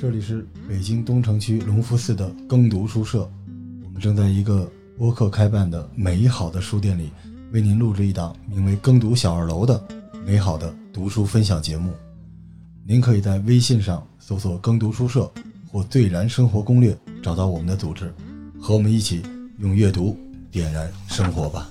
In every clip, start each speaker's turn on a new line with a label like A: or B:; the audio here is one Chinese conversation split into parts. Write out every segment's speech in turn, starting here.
A: 这里是北京东城区隆福寺的耕读书社，我们正在一个播客开办的美好的书店里，为您录制一档名为《耕读小二楼》的美好的读书分享节目。您可以在微信上搜索“耕读书社”或“最燃生活攻略”，找到我们的组织，和我们一起用阅读点燃生活吧。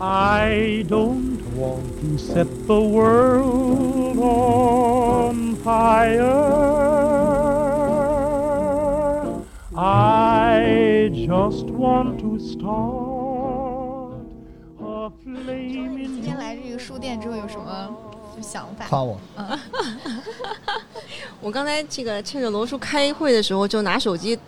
B: I don't want to set the world on fire. I just want to start a flame
C: 今
B: in
C: 天来这个书店之后有什么想法？
A: 我，
D: 我刚才这个趁着罗叔开会的时候，就拿手机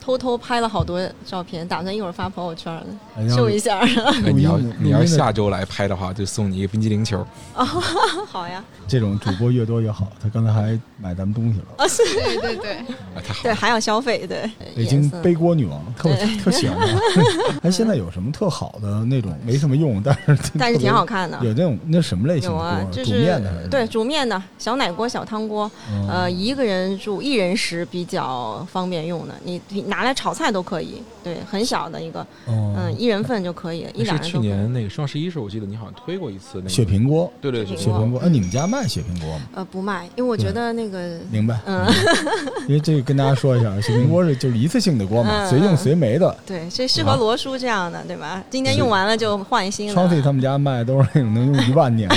D: 偷偷拍了好多照片，打算一会儿发朋友圈呢，
A: 哎呀
D: 秀一下。
E: 哎你要
A: 录音的
E: 你要
A: 录音的
E: 是下周来拍的话，就送你一个冰激凌球。 啊
D: 好呀，
A: 这种主播越多越好。他刚才还买咱们东西了。
C: 对对对，
E: 啊，太好
D: 对，
E: 了！
D: 还要消费，对，
A: 北京
D: 颜色
A: 背锅女王，特特喜欢她。哎，现在有什么特好的那种没什么用，但是
D: 但是挺好看的。
A: 有那种那什么类型
D: 有
A: 的锅？
D: 啊，就
A: 煮
D: 是
A: 面的还是？
D: 对煮面的小奶锅、小汤锅，
A: 嗯，
D: 呃，一个人住一人食比较方便用的，你你拿来炒菜都可以，对，很小的一个，嗯，
A: 嗯，
D: 一人份就可以，一两人
E: 是去
D: 都可以。
E: 年那个双十一时候，我记得你好像推过一次那个
A: 雪。平锅，
E: 对对，
D: 雪
E: 对
D: 平
A: 雪平锅。哎，你们家卖雪平锅吗？
D: 呃，不卖，因为我觉得那个
A: 明白，
D: 嗯，
A: 因为这个跟大家说一 下，雪平锅是就是一次性的锅嘛，
D: 嗯
A: 随用随没的。
D: 对，这适
A: 啊
D: 合罗叔这样的，对吧？今天用完了就换新的。
A: 双 T 他们家卖的都是那种能用一万 年，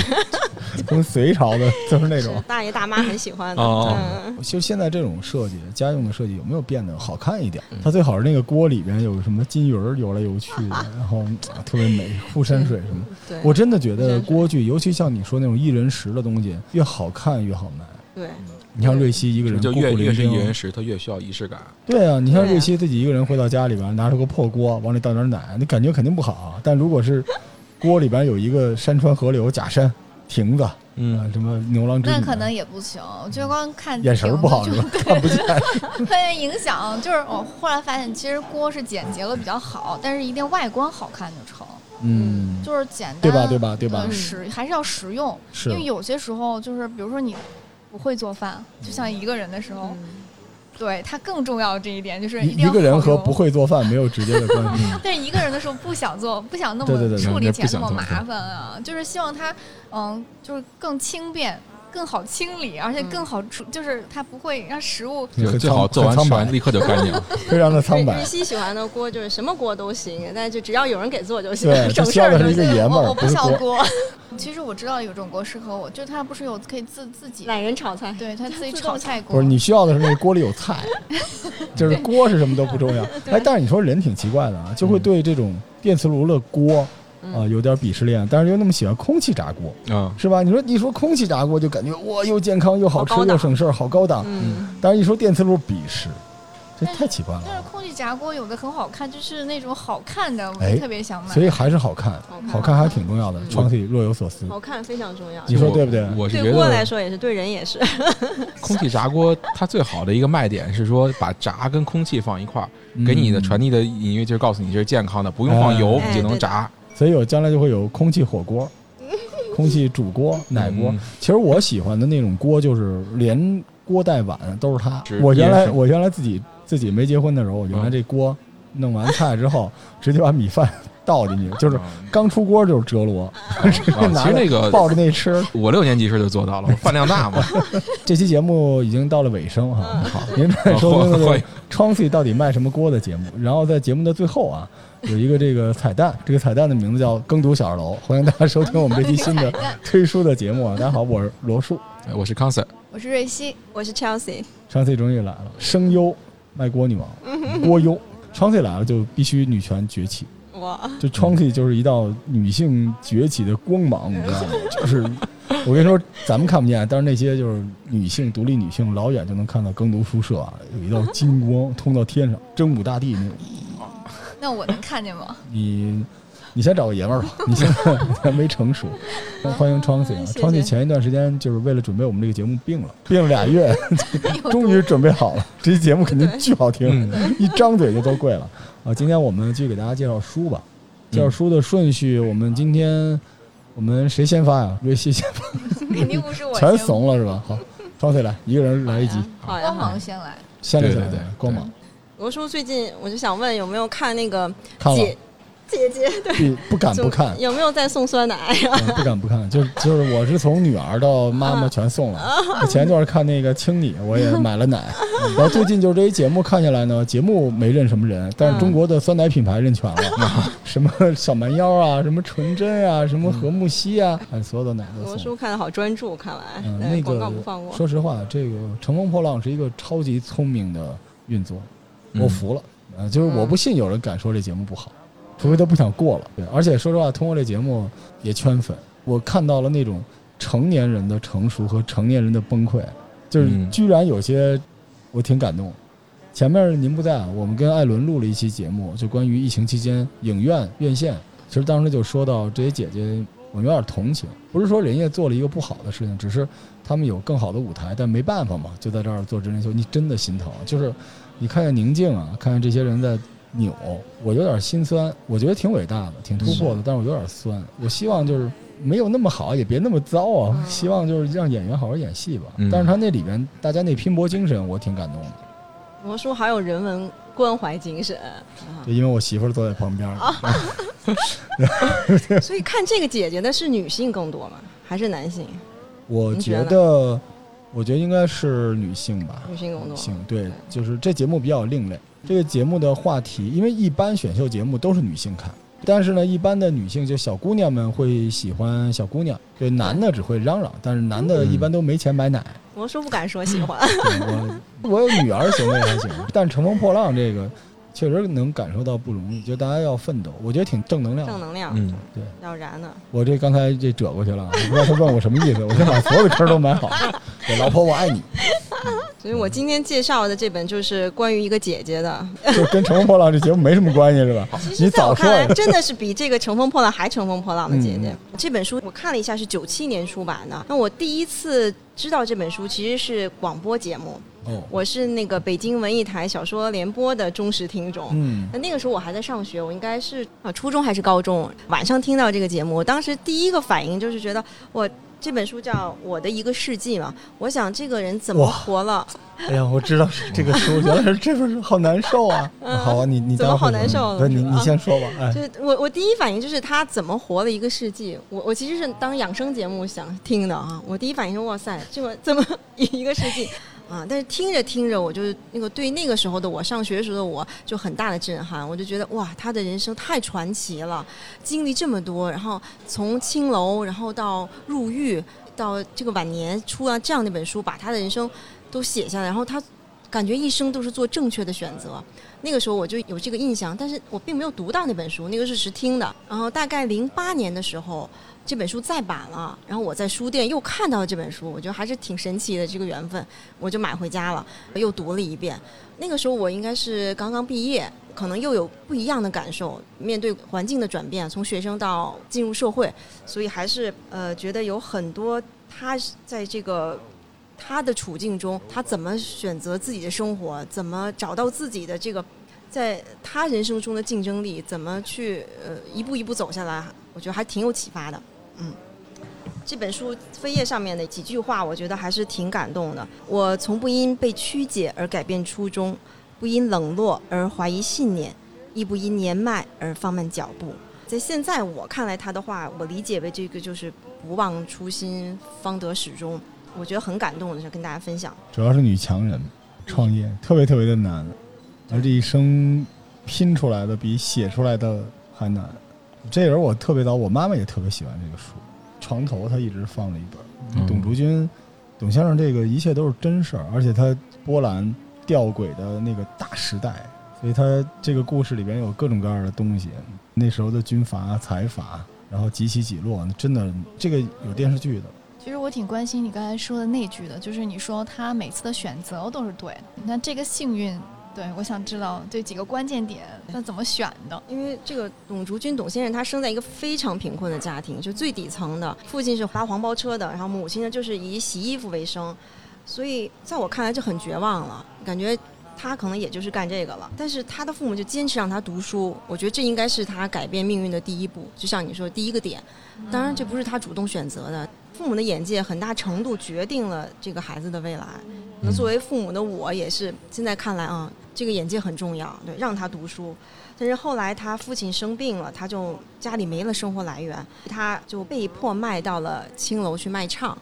A: 从隋朝的都是那种
D: 是。大爷大妈很喜欢的。
E: 哦
D: 嗯，
A: 就现在这种设计，家用的设计有没有变得好看一点？
C: 嗯
A: 它最好是那个锅里边有什么金鱼儿游来游 去的，然后啊特别美，护山水什么。
D: 对，
A: 我真的觉得
D: 真是
A: 锅具，尤其像你说那种一人食的东西，越好看越好卖。
D: 对
A: 你像瑞希一个人
E: 就
A: 孤
E: 越
A: 苦
E: 越
A: 伶
E: 是一
A: 仃
E: 人，食，它越需要仪式感。
A: 对啊，你像
D: 对啊
A: 瑞希自己一个人回到家里边，拿出个破锅，往里倒点奶，那感觉肯定不好啊。但如果是锅里边有一个山川河流、假山、亭子，啊，
E: 嗯，
A: 什么牛郎织女，
C: 那可能也不行，我觉得光看
A: 眼神儿
C: 屏
A: 不好
C: 就是
A: 吧？看不见。
C: 会影响。就是我后来发现，其实锅是简洁了比较好，但是一定外观好看就成，
A: 嗯，
C: 就是简单，
A: 对吧？对？吧？对吧
C: 呃、？实还是要实用，
A: 是
C: 因为有些时候就是，比如说你不会做饭，就像一个人的时候，
D: 嗯
C: 对它更重要的这一点就是一定
A: 嗯一
C: 要
A: 一个人和
C: 好用
A: 不。会做饭没有直接的关系。
C: 但是一个人的时候不 想做，不想那
A: 对对对
C: 么
A: 对
C: 处理起来那
E: 不想
C: 么
E: 做
C: 麻烦啊，就是希望它，嗯，就是更轻便、更好清理，而且更好处，就是它不会让食物
E: 就最好做完吃完立刻就干净。
A: 非常的苍
D: 日
A: 白。
D: 西喜欢的锅就是什么锅都行，但就只要有人给做就行
A: 对，，就
D: 省
A: 需
D: 事
A: 要
D: 儿
A: 的
D: 就是
A: 一个
D: 行。
A: 爷们
C: 我
A: 儿，
C: 我
A: 不
C: 不
A: 是
C: 烧
A: 锅。
C: 锅。 其实我知道有种锅适合我，就是它不是有可以自 自己，
D: 懒人炒菜，
C: 对它自己
D: 自
C: 炒
D: 动
C: 菜
A: 不
C: 锅
A: 是。你需要的是那个锅里有菜，就是锅是什么都不重要。哎，但是你说人挺奇怪的啊，就会
E: 嗯
A: 对这种电磁炉的锅
D: 嗯
A: 啊、有点鄙视链，但是又那么喜欢空气炸锅，
E: 啊，
A: 是吧？你说一说空气炸锅，就感觉哇又健康又好吃
D: 好高档
A: 又省事儿，好高档。
D: 嗯，
A: 但是一说电磁炉，鄙视，这太奇怪了
C: 但是
A: 啊。
C: 空气炸锅有的很好看，就是那种好看的，我
A: 哎
C: 就特别想买。
A: 所以还是好看
D: 好，看
A: 好看还挺重要的。创体若有所思，
D: 嗯好看非常重要。
A: 你说对不对
E: 我是
D: 对
E: 觉
D: 锅来
E: 得
D: 说也是，对人也是。
E: 空气炸锅它最好的一个卖点是说把炸跟空气放一块儿，
A: 嗯
E: 给你的传递的隐约就是告诉你这是健康的，不用放油
D: 哎
E: 就能
D: 对的
E: 炸。
A: 所以有将来就会有空气火 锅、空气煮锅、奶锅
E: 嗯。
A: 其实我喜欢的那种锅就是连锅带碗都是它
E: 是。
A: 我原来
E: 也是
A: 我原来自己自己没结婚的时候，我原来
E: 嗯
A: 这锅弄完菜之 后，直接把米饭倒进去，就是刚出锅就是折罗，
E: 嗯啊
A: 拿
E: 其实
A: 着
E: 那个
A: 抱着那吃。
E: 我六年级时候就 做到了，我饭量大嘛。
A: 这期节目已经到了尾声哈，
D: 嗯
A: 好，
D: 对
A: 您正在 收听的
E: 啊欢
A: 是
E: 迎
A: Chauncey 到底卖什么锅的节目。然后在节目的最后啊，有一个这个彩蛋，这个彩蛋的名字叫“耕读小二楼”，欢迎大家收听我们这期新的推书的节目啊。大家好，我是罗叔
E: 哎我是康 Sir，
C: 我是瑞希，
D: 我是 Chelsea，
A: ，Chauncey 终于来了，声优卖锅女王，锅优。Chauncey 来了就必须女权崛起，
D: 我
A: 就 Chauncey 就是一道女性崛起的光芒，你知道吗？就是我跟你说，咱们看不见，但是那些就是女性独立女性，老远就能看到耕读书社啊，有一道金光通到天上，真武大帝那种。
C: 那我能看见吗？
A: 你你先找个爷们儿吧， 你现在你还没成熟。欢迎 Chauncey 啊
D: 嗯谢谢
A: ，Chauncey 前一段时间就是为了准备我们这个节目病了，病了俩月，
D: 哎
A: 终于准备好了。这期节目肯定巨好听，
E: 嗯
A: 一张嘴就都跪了啊！今天我们继续给大家介绍书吧，介
E: 嗯
A: 绍书的顺序，我们今天我们谁先发呀？瑞希先发，
C: 肯定不是我
A: 全
C: 先，
A: 怂了是吧？好，Chauncey 来，一个人来一集，
D: 好呀
C: 光。
D: 好呀
C: 芒先来。
A: 先来
E: 对
A: 先
E: 对
A: 来
E: 对
A: 光
E: 对
A: 芒
D: 罗叔最近我就想问有没有看那个
A: 看了
D: 姐，姐姐对
A: 必不敢不看。
D: 有没有在送酸奶呀？
A: 嗯不敢不看，就是就是，我是从女儿到妈妈全送了。我前一段看那个《青你》，我也买了奶。然后最近就是这一节目看下来呢，节目没认什么人，但是中国的酸奶品牌认全了， 什么小蛮腰啊，什么纯真啊，什么和睦西啊，哎所有的奶都
D: 罗
A: 送了。
D: 叔看的好专注，看来
A: 嗯，
D: 对
A: 那
D: 广告不
A: 个
D: 放过。
A: 说实话，这个《乘风破浪》是一个超级聪明的运作，我
E: 嗯
A: 服了。呃，就是我不信有人敢说这节目不好，除非他不想过了。对，而且说实话，通过这节目也圈粉，我看到了那种成年人的成熟和成年人的崩溃，就是
E: 嗯
A: 居然有些我挺感动。前面您不在啊，我们跟艾伦录了一期节目，就关于疫情期间影院院线，其实当时就说到这些姐姐，我们有点同情，不是说人家做了一个不好的事情，只是他们有更好的舞台，但没办法嘛，就在这儿做真人秀，你真的心疼。啊就是你看见宁静啊，看见这些人在扭，我有点心酸。我觉得挺伟大的，挺突破的，但是我有点酸。我希望就是没有那么好，也别那么糟啊。希望就是让演员好好演戏吧。
E: 嗯
A: 但是他那里边大家那拼搏精神，我挺感动的。
D: 罗叔好有人文关怀精神，
A: 就因为我媳妇儿坐在旁边儿，
D: 所以看这个姐姐的是女性更多吗？还是男性？
A: 我
D: 你
A: 觉
D: 觉
A: 得，我觉得应该是女性吧。
D: 女性更多。
A: 性对，就是这节目比较另类。这个节目的话题，因为一般选秀节目都是女性看，但是呢，一般的女性就小姑娘们会喜欢小姑娘，对男的只会嚷嚷，但是男的一般都没钱买 奶。
D: 罗叔不敢说喜欢，
A: 对我我有女儿行为还行，但《乘风破浪》这个确实能感受到不容易，就大家要奋斗，我觉得挺正能量的
D: 正。能量，
E: 嗯，
D: 要燃的。
A: 我这刚才这折过去了，我不知道他问我什么意思，我先把所有的坑都埋 好。对，老婆我爱你，
D: 所以我今天介绍的这本就是关于一个姐姐的，
A: 就跟《乘风破浪》这节目没什么关系是吧？
D: 其
A: 你
D: 实在
A: 早
D: 我
A: 说
D: 看
A: 呀 嗯
D: 来，！真的是比这个《乘风破浪》还《乘风破浪的姐姐》这本书，我看了一下是九七年出版的。那我第一次知道这本书其实是广播节目，
A: 哦，
D: 我是那个北京文艺台小说联播的忠实听众。
A: 嗯，
D: 那那个时候我还在上学，我应该是啊初中还是高中，晚上听到这个节目，我当时第一个反应就是觉得我这本书叫《我的一个世纪》嘛，我想这个人怎么
A: 哇
D: 活了，
A: 哎呀，我知道是这个 书，原来是这本书，好难受啊！好啊，你你
D: 嗯怎么
A: 待会儿
D: 好难受了
A: 对你
D: 是吧
A: 你先说吧。哎
D: 就，是我我第一反应就是他怎么活了一个世纪，我我其实是当养生节目想听的啊，我第一反应是哇塞，这么这么 一个世纪啊，但是听着听着，我就那个对那个时候的我上学时候的我就很大的震撼，我就觉得哇，他的人生太传奇了，经历这么多，然后从青楼，然后到入狱，到这个晚年出了这样的一本书，把他的人生都写下来，然后他感觉一生都是做正确的选择。那个时候我就有这个印象，但是我并没有读到那本书，那个是实听的。然后大概零八年的时候，这本书再版了，然后我在书店又看到了这本书，我觉得还是挺神奇的这个缘分，我就买回家了，又读了一遍。那个时候我应该是刚刚毕业，可能又有不一样的感受，面对环境的转变，从学生到进入社会，所以还是呃觉得有很多他在这个他的处境中，他怎么选择自己的生活，怎么找到自己的这个在他人生中的竞争力，怎么去呃一步一步走下来，我觉得还挺有启发的。嗯，这本书扉页上面的几句话，我觉得还是挺感动的。我从不因被曲解而改变初衷，不因冷落而怀疑信念，亦不因年迈而放慢脚步。在现在我看来，他的话，我理解为这个就是不忘初心，方得始终。我觉得很感动的，想跟大家分享。
A: 主要是女强人创业特别特别的难，而这一生拼出来的比写出来的还难。这人我特别早，我妈妈也特别喜欢这个书，床头她一直放了一本。
E: 嗯
A: 董竹君，董先生这个一切都是真事儿，而且他波澜吊诡的那个大时代，所以他这个故事里边有各种各样的东西。那时候的军阀、财阀，然后几起几落，真的这个有电视剧的。
F: 其实我挺关心你刚才说的那句的，就是你说他每次的选择都是对的。你看这个幸运
C: 对，我想知道这几个关键点，那怎么选的？
D: 因为这个董竹君董先生，他生在一个非常贫困的家庭，就最底层的，父亲是拉黄包车的，然后母亲呢就是以洗衣服为生，所以在我看来就很绝望了，感觉他可能也就是干这个了。但是他的父母就坚持让他读书，我觉得这应该是他改变命运的第一步，就像你说的第一个点。当然，这不是他主动选择的，父母的眼界很大程度决定了这个孩子的未来。那作为父母的我也是，现在看来啊，这个眼界很重要，对，让他读书。但是后来他父亲生病了，他就家里没了生活来源，他就被迫卖到了青楼去卖唱。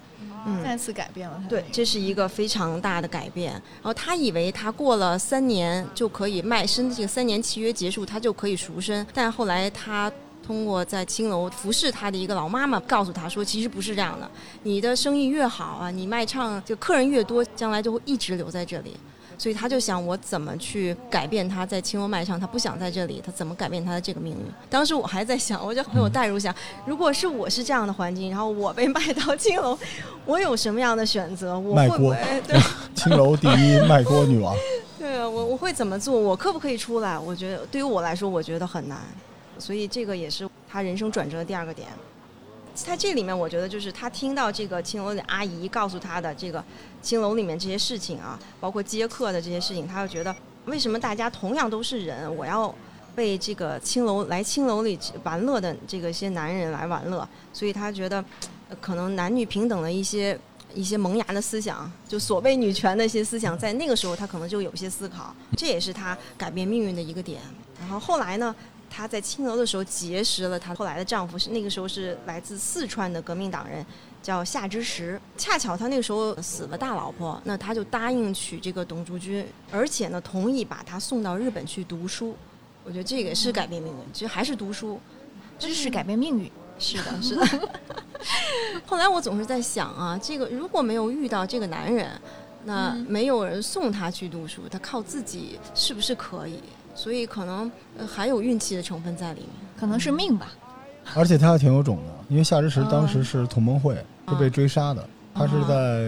D: 嗯
C: 再次改变了他的
D: 对，这是一个非常大的改变。然后他以为他过了三年就可以卖身，这个三年契约结束，他就可以赎身。但后来他通过在青楼服侍他的一个老妈妈告诉他说，其实不是这样的，你的生意越好啊，你卖唱就客人越多，将来就会一直留在这里。所以他就想，我怎么去改变他在青楼卖唱？他不想在这里，他怎么改变他的这个命运？当时我还在想，我就很有
G: 嗯
D: 代入想，如果是我是这样的环境，然后我被卖到青楼，我有什么样的选择？我
G: 卖
D: 会不
G: 锅
D: 会 对
G: 青楼第一卖锅女王，
D: 对啊，我我会怎么做？我可不可以出来？我觉得对于我来说，我觉得很难，所以这个也是他人生转折的第二个点。他这里面，我觉得就是他听到这个青楼的阿姨告诉他的这个青楼里面这些事情啊，包括接客的这些事情，他就觉得为什么大家同样都是人，我要被这个青楼来青楼里玩乐的这个一些男人来玩乐，所以他觉得呃可能男女平等的一些一些萌芽的思想，就所谓女权的一些思想，在那个时候他可能就有一些思考，这也是他改变命运的一个点。然后后来呢，她在青楼的时候结识了她后来的丈夫，是那个时候是来自四川的革命党人，叫夏之时。恰巧她那个时候死了大老婆，那她就答应娶这个董竹君，而且呢同意把她送到日本去读书。我觉得这个也是改变命运，其实还是读书。
C: 知识改变命运。
D: 是的，是的。 后来我总是在想啊，这个如果没有遇到这个男人，那
C: 嗯
D: 没有人送他去读书，他靠自己是不是可以？所以可能、呃还有运气的成分在里面。
C: 可能是命吧，
G: 而且他还挺有种的，因为夏之时
C: 哦
G: 当时是同盟会，
D: 啊
G: 是
C: 嗯
G: 被追杀的。他是在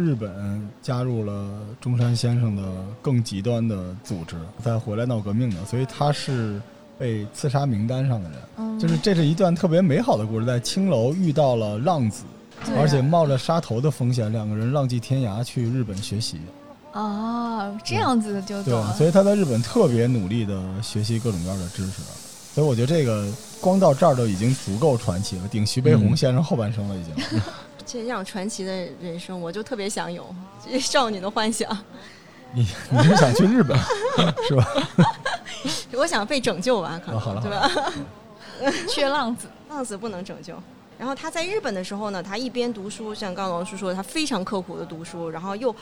G: 日本加入了中山先生的更极端的组织，再回来闹革命的，所以他是被刺杀名单上的人。
C: 嗯，
G: 就是这是一段特别美好的故事，在青楼遇到了浪子，
C: 对啊
G: 而且冒着杀头的风险，两个人浪迹天涯去日本学习。
C: 哦，这样子就
G: 对啊
C: 懂了，
G: 所以他在日本特别努力的学习各种各样的知识，所以我觉得这个光到这儿就已经足够传奇了，顶徐悲鸿先生后半生了已经。
D: 这样传奇的人生，我就特别想有，这少女的幻想，
G: 你 你是想去日本是吧？
D: 我想被拯救吧，可能、
G: 啊好了
D: 对吧？
C: 缺浪子，
D: 浪子不能拯救。然后他在日本的时候呢，他一边读书，像刚刚王叔说，他非常刻苦的读书，然后又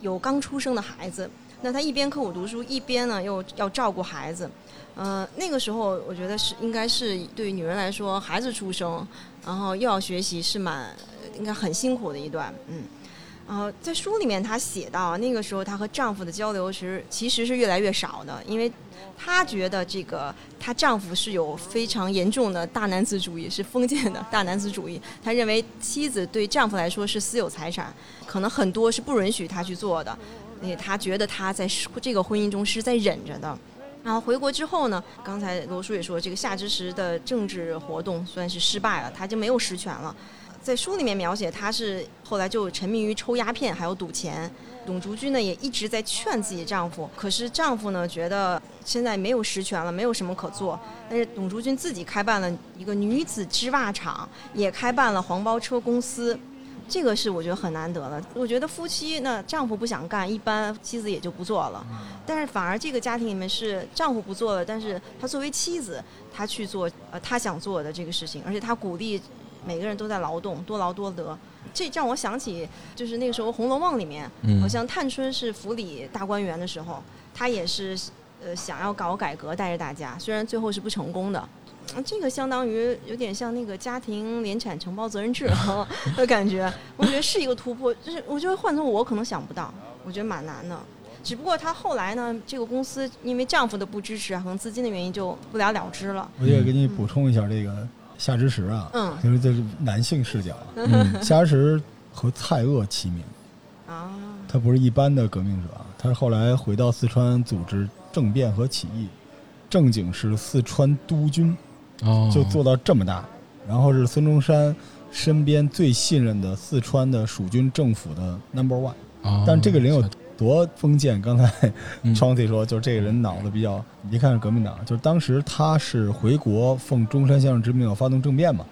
D: 有刚出生的孩子，那他一边刻苦读书，一边呢又要照顾孩子。呃，那个时候我觉得是应该是对于女人来说，孩子出生，然后又要学习，是蛮应该很辛苦的一段，嗯。然后在书里面，她写到那个时候，她和丈夫的交流其实其实是越来越少的，因为她觉得这个她丈夫是有非常严重的大男子主义，是封建的大男子主义。她认为妻子对丈夫来说是私有财产，可能很多是不允许他去做的。那她觉得她在这个婚姻中是在忍着的。然后回国之后呢，刚才罗叔也说，这个夏之时的政治活动算是失败了，他就没有实权了。在书里面描写，他是后来就沉迷于抽鸦片，还有赌钱。董竹君呢也一直在劝自己丈夫，可是丈夫呢觉得现在没有实权了，没有什么可做。但是董竹君自己开办了一个女子织袜厂，也开办了黄包车公司，这个是我觉得很难得了。我觉得夫妻那丈夫不想干，一般妻子也就不做了。但是反而这个家庭里面是丈夫不做了，但是他作为妻子，他去做呃他想做的这个事情，而且他鼓励每个人都在劳动，多劳多得。这让我想起，就是那个时候《红楼梦》里面，
E: 嗯
D: 好像探春是府里大观园的时候，她也是呃想要搞改革，带着大家，虽然最后是不成功的。嗯这个相当于有点像那个家庭联产承包责任制的感觉，我觉得是一个突破，就是我觉得换成我可能想不到，我觉得蛮难的。只不过她后来呢，这个公司因为丈夫的不支持啊，可能资金的原因就不了了之了。
G: 我也给你补充一下这个夏之时啊，
D: 嗯
G: 就是这是男性视角，啊
E: 嗯
G: 夏之时和蔡锷齐名，
D: 啊，
G: 他不是一般的革命者啊，
A: 他是后来回到四川组织政变和起义，正经是四川督军，
E: 哦
A: 就做到这么大。然后是孙中山身边最信任的四川的蜀军政府的 number one。
E: 哦
A: 但这个人有多封建？刚才
E: 嗯
A: Chauncey 说，就是这个人脑子比较，你别看是革命党，就是当时他是回国奉中山先生之命要发动政变嘛，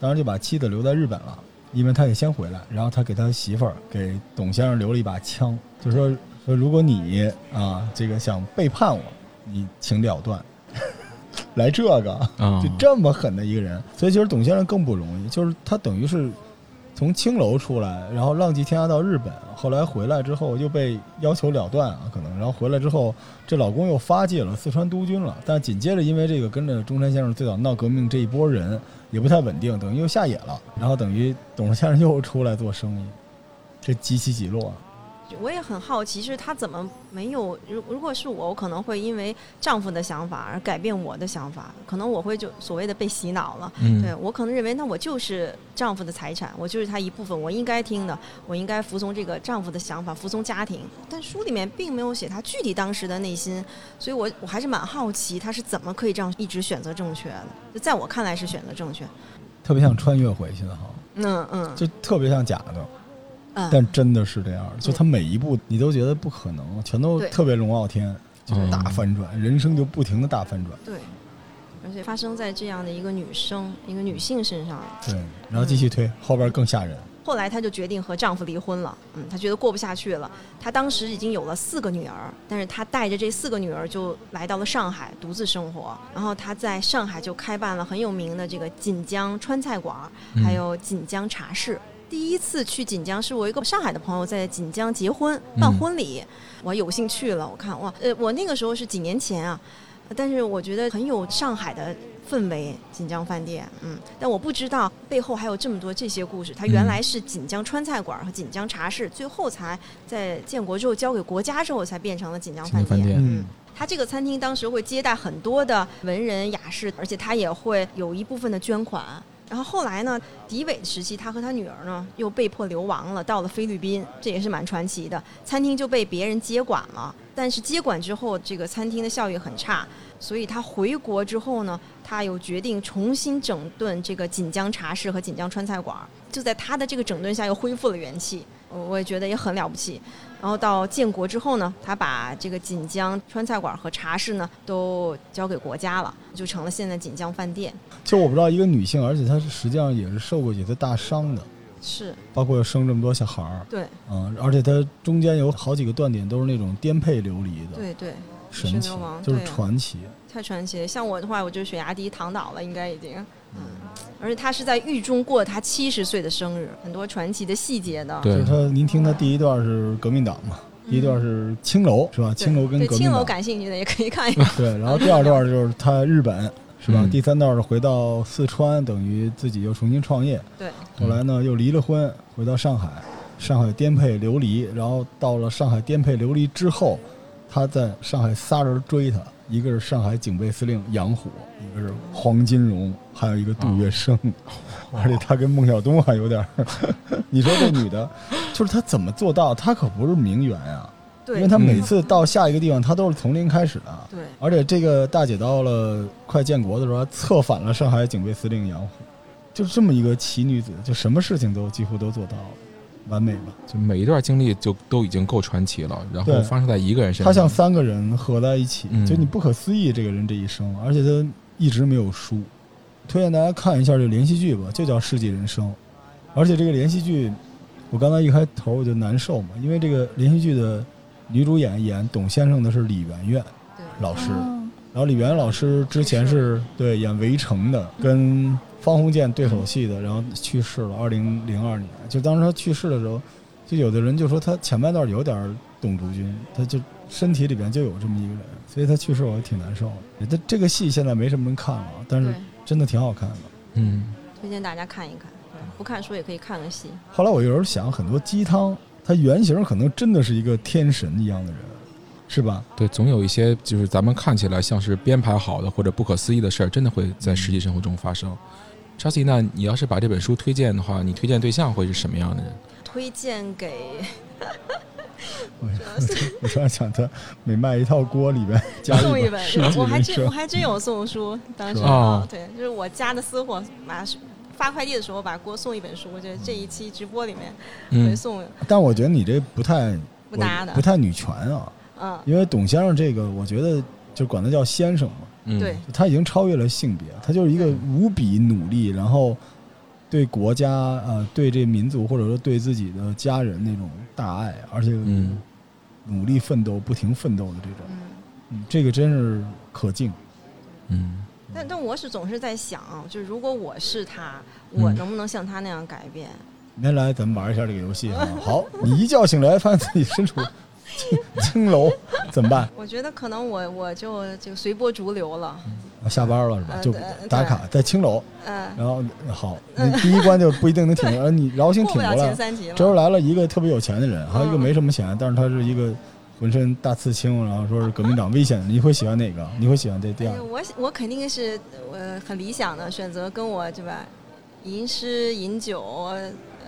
A: 当时就把妻子留在日本了，因为他也先回来，然后他给他媳妇儿给董先生留了一把枪，就说说如果你啊这个想背叛我，你请了断。 来这个，
E: 啊
A: 就这么狠的一个人，所以其实董先生更不容易，就是他等于是从青楼出来，然后浪迹天涯到日本，后来回来之后又被要求了断啊，可能，然后回来之后，这老公又发迹了四川督军了，但紧接着因为这个跟着中山先生最早闹革命这一波人也不太稳定，等于又下野了，然后等于董先生又出来做生意，这几起几落啊，
D: 我也很好奇，是她怎么没有？如如果是我，我可能会因为丈夫的想法而改变我的想法，可能我会就所谓的被洗脑了。
E: 嗯
D: 对我可能认为，那我就是丈夫的财产，我就是他一部分，我应该听的，我应该服从这个丈夫的想法，服从家庭。但书里面并没有写她具体当时的内心，所以我我还是蛮好奇，她是怎么可以这样一直选择正确的？就在我看来是选择正确。
A: 特别像穿越回去的哈，
D: 嗯嗯
A: 就特别像假的。
D: 嗯，
A: 但真的是这样的，就他每一步你都觉得不可能，全都
D: 对
A: 特别龙傲天，就是大翻转，人生就不停的大翻转。
D: 对，而且发生在这样的一个女生、一个女性身上。
A: 对，然后继续
D: 嗯
A: 推，后边更吓人。
D: 后来她就决定和丈夫离婚了，嗯，她觉得过不下去了。她当时已经有了四个女儿，但是她带着这四个女儿就来到了上海独自生活。然后她在上海就开办了很有名的这个锦江川菜馆，
E: 嗯
D: 还有锦江茶室。第一次去锦江是我一个上海的朋友在锦江结婚
E: 嗯
D: 办婚礼，我有幸去了。我看哇，呃，我那个时候是几年前啊，但是我觉得很有上海的氛围，锦江饭店，嗯，但我不知道背后还有这么多这些故事。它原来是锦江川菜馆和锦江茶室，最后才在建国之后交给国家之后才变成了锦江
E: 锦
D: 饭
E: 江饭店
D: 嗯，它这个餐厅当时会接待很多的文人雅士，而且它也会有一部分的捐款。然后后来呢，迪伟时期，他和他女儿呢又被迫流亡了，到了菲律宾，这也是蛮传奇的。餐厅就被别人接管了，但是接管之后，这个餐厅的效益很差，所以他回国之后呢，他又决定重新整顿这个锦江茶室和锦江川菜馆儿，就在他的这个整顿下又恢复了元气，我我也觉得也很了不起。然后到建国之后呢，他把这个锦江川菜馆和茶室呢都交给国家了，就成了现在锦江饭店。
A: 就我不知道一个女性，而且她是实际上也是受过一次大伤的，
D: 是
A: 包括生这么多小孩儿，
D: 对
A: 嗯，而且她中间有好几个断点都是那种颠沛流离的，
D: 对对，
A: 神
D: 是
A: 奇
D: 流亡，
A: 就是
D: 对啊
A: 传奇。
D: 太传奇了。像我的话，我就血压低躺倒了，应该已经。嗯，而且他是在狱中过他七十岁的生日，很多传奇的细节的。
A: 就是
E: 嗯对，
A: 她，您听她第一段是革命党嘛，第一段是青楼是吧？
D: 嗯对
A: 青楼跟
D: 对
A: 革
D: 青
A: 命
D: 楼
A: 党。
D: 感兴趣的也可以看 一看。
A: 对，然后第二段就是他日本是吧？
E: 嗯
A: 第三段是回到四川，等于自己又重新创业。
D: 对，
A: 后来呢，又离了婚，回到上海，上海颠沛流离。然后到了上海颠沛流离之后，他在上海仨人追他，一个是上海警备司令杨虎，一个是黄金荣，还有一个杜月笙。 而且他跟孟小冬还有点儿， 你说这女的，就是她怎么做到？她可不是名媛啊，
D: 对，
A: 因为她每
E: 嗯
A: 次到下一个地方，她都是从零开始的。
D: 对
A: 而且这个大姐到了快建国的时候，还策反了上海警备司令杨虎，就这么一个奇女子，就什么事情都几乎都做到了，完美吧？
E: 就每一段经历就都已经够传奇了，然后
A: 对
E: 发生在一个人身
A: 她
E: 上，
A: 像三个人合在一起，
E: 嗯
A: 就你不可思议这个人这一生，而且她一直没有输。推荐大家看一下这连续剧吧，就叫《世纪人生》，而且这个连续剧，我刚才一开头我就难受嘛，因为这个连续剧的女主演演董先生的是李媛媛
D: 对
A: 老师。
C: 哦
A: 然后李媛老师之前是对演《围城》的，跟方鸿渐对手戏的，然后去世了，二零零二年。就当时他去世的时候，就有的人就说他前半段有点儿董竹君，他就身体里边就有这么一个人，所以他去世我挺难受的。他这个戏现在没什么人看了，但是
D: 对，
A: 真的挺好看的。
E: 嗯，
D: 推荐大家看一看。对不看书也可以看个戏。
A: 后来我有时候想，很多鸡汤，他原型可能真的是一个天神一样的人，是吧？
E: 对，总有一些就是咱们看起来像是编排好的或者不可思议的事儿，真的会在实际生活中发生。Chelsea，那你要是把这本书推荐的话，你推荐对象会是什么样的人？
D: 推荐给
A: 我突然想，他每卖一套锅里边加
D: 送
A: 一
D: 一本
A: 本，世，纪
D: 我还
A: 人
D: 真我
A: 生。
D: 还真有 送书，当时
E: 是吧
A: 哦
D: 啊，对，就是我家的私货，把发快递的时候把锅送一本书，这这一期直播里面会
E: 嗯，
D: 送
A: 但我觉得你这不太
D: 不搭的
A: 不，太女权啊，
D: 嗯，
A: 因为董先生这个，我觉得就管他叫先生嘛，
E: 嗯
D: 对，
A: 就他已经超越了性别，他就是一个无比努力，然后对国家呃对这民族或者说对自己的家人那种大爱，而且
E: 嗯
A: 努力奋斗、不停奋斗的这种，
D: 嗯。
A: 嗯，这个真是可敬。
E: 嗯
D: 但但我是总是在想啊，就是如果我是他，我
E: 嗯
D: 能不能像他那样改变？
A: 明天来咱们玩一下这个游戏啊！ 好，你一觉醒来发现自己身处青青楼，怎么办？
D: 我觉得可能我我就就随波逐流了，
A: 嗯下班了是吧？
D: 呃
A: 就
D: 对
A: 打卡在青楼，
D: 嗯、
A: 然后好，你第一关就不一定能挺 过来，你柔性
D: 过
A: 挺
D: 不
A: 过
D: 了前
A: 来。
D: 三级了。
A: 这时候来了一个特别有钱的人，还有一个
D: 嗯
A: 没什么钱，但是他是一个浑身大刺青，然后说是革命党危险的，你会喜欢哪个？你会喜欢这第
D: 哎
A: 二
D: 呀，
A: 个？
D: 我我肯定是呃很理想的选择，跟我对吧，吟诗饮酒，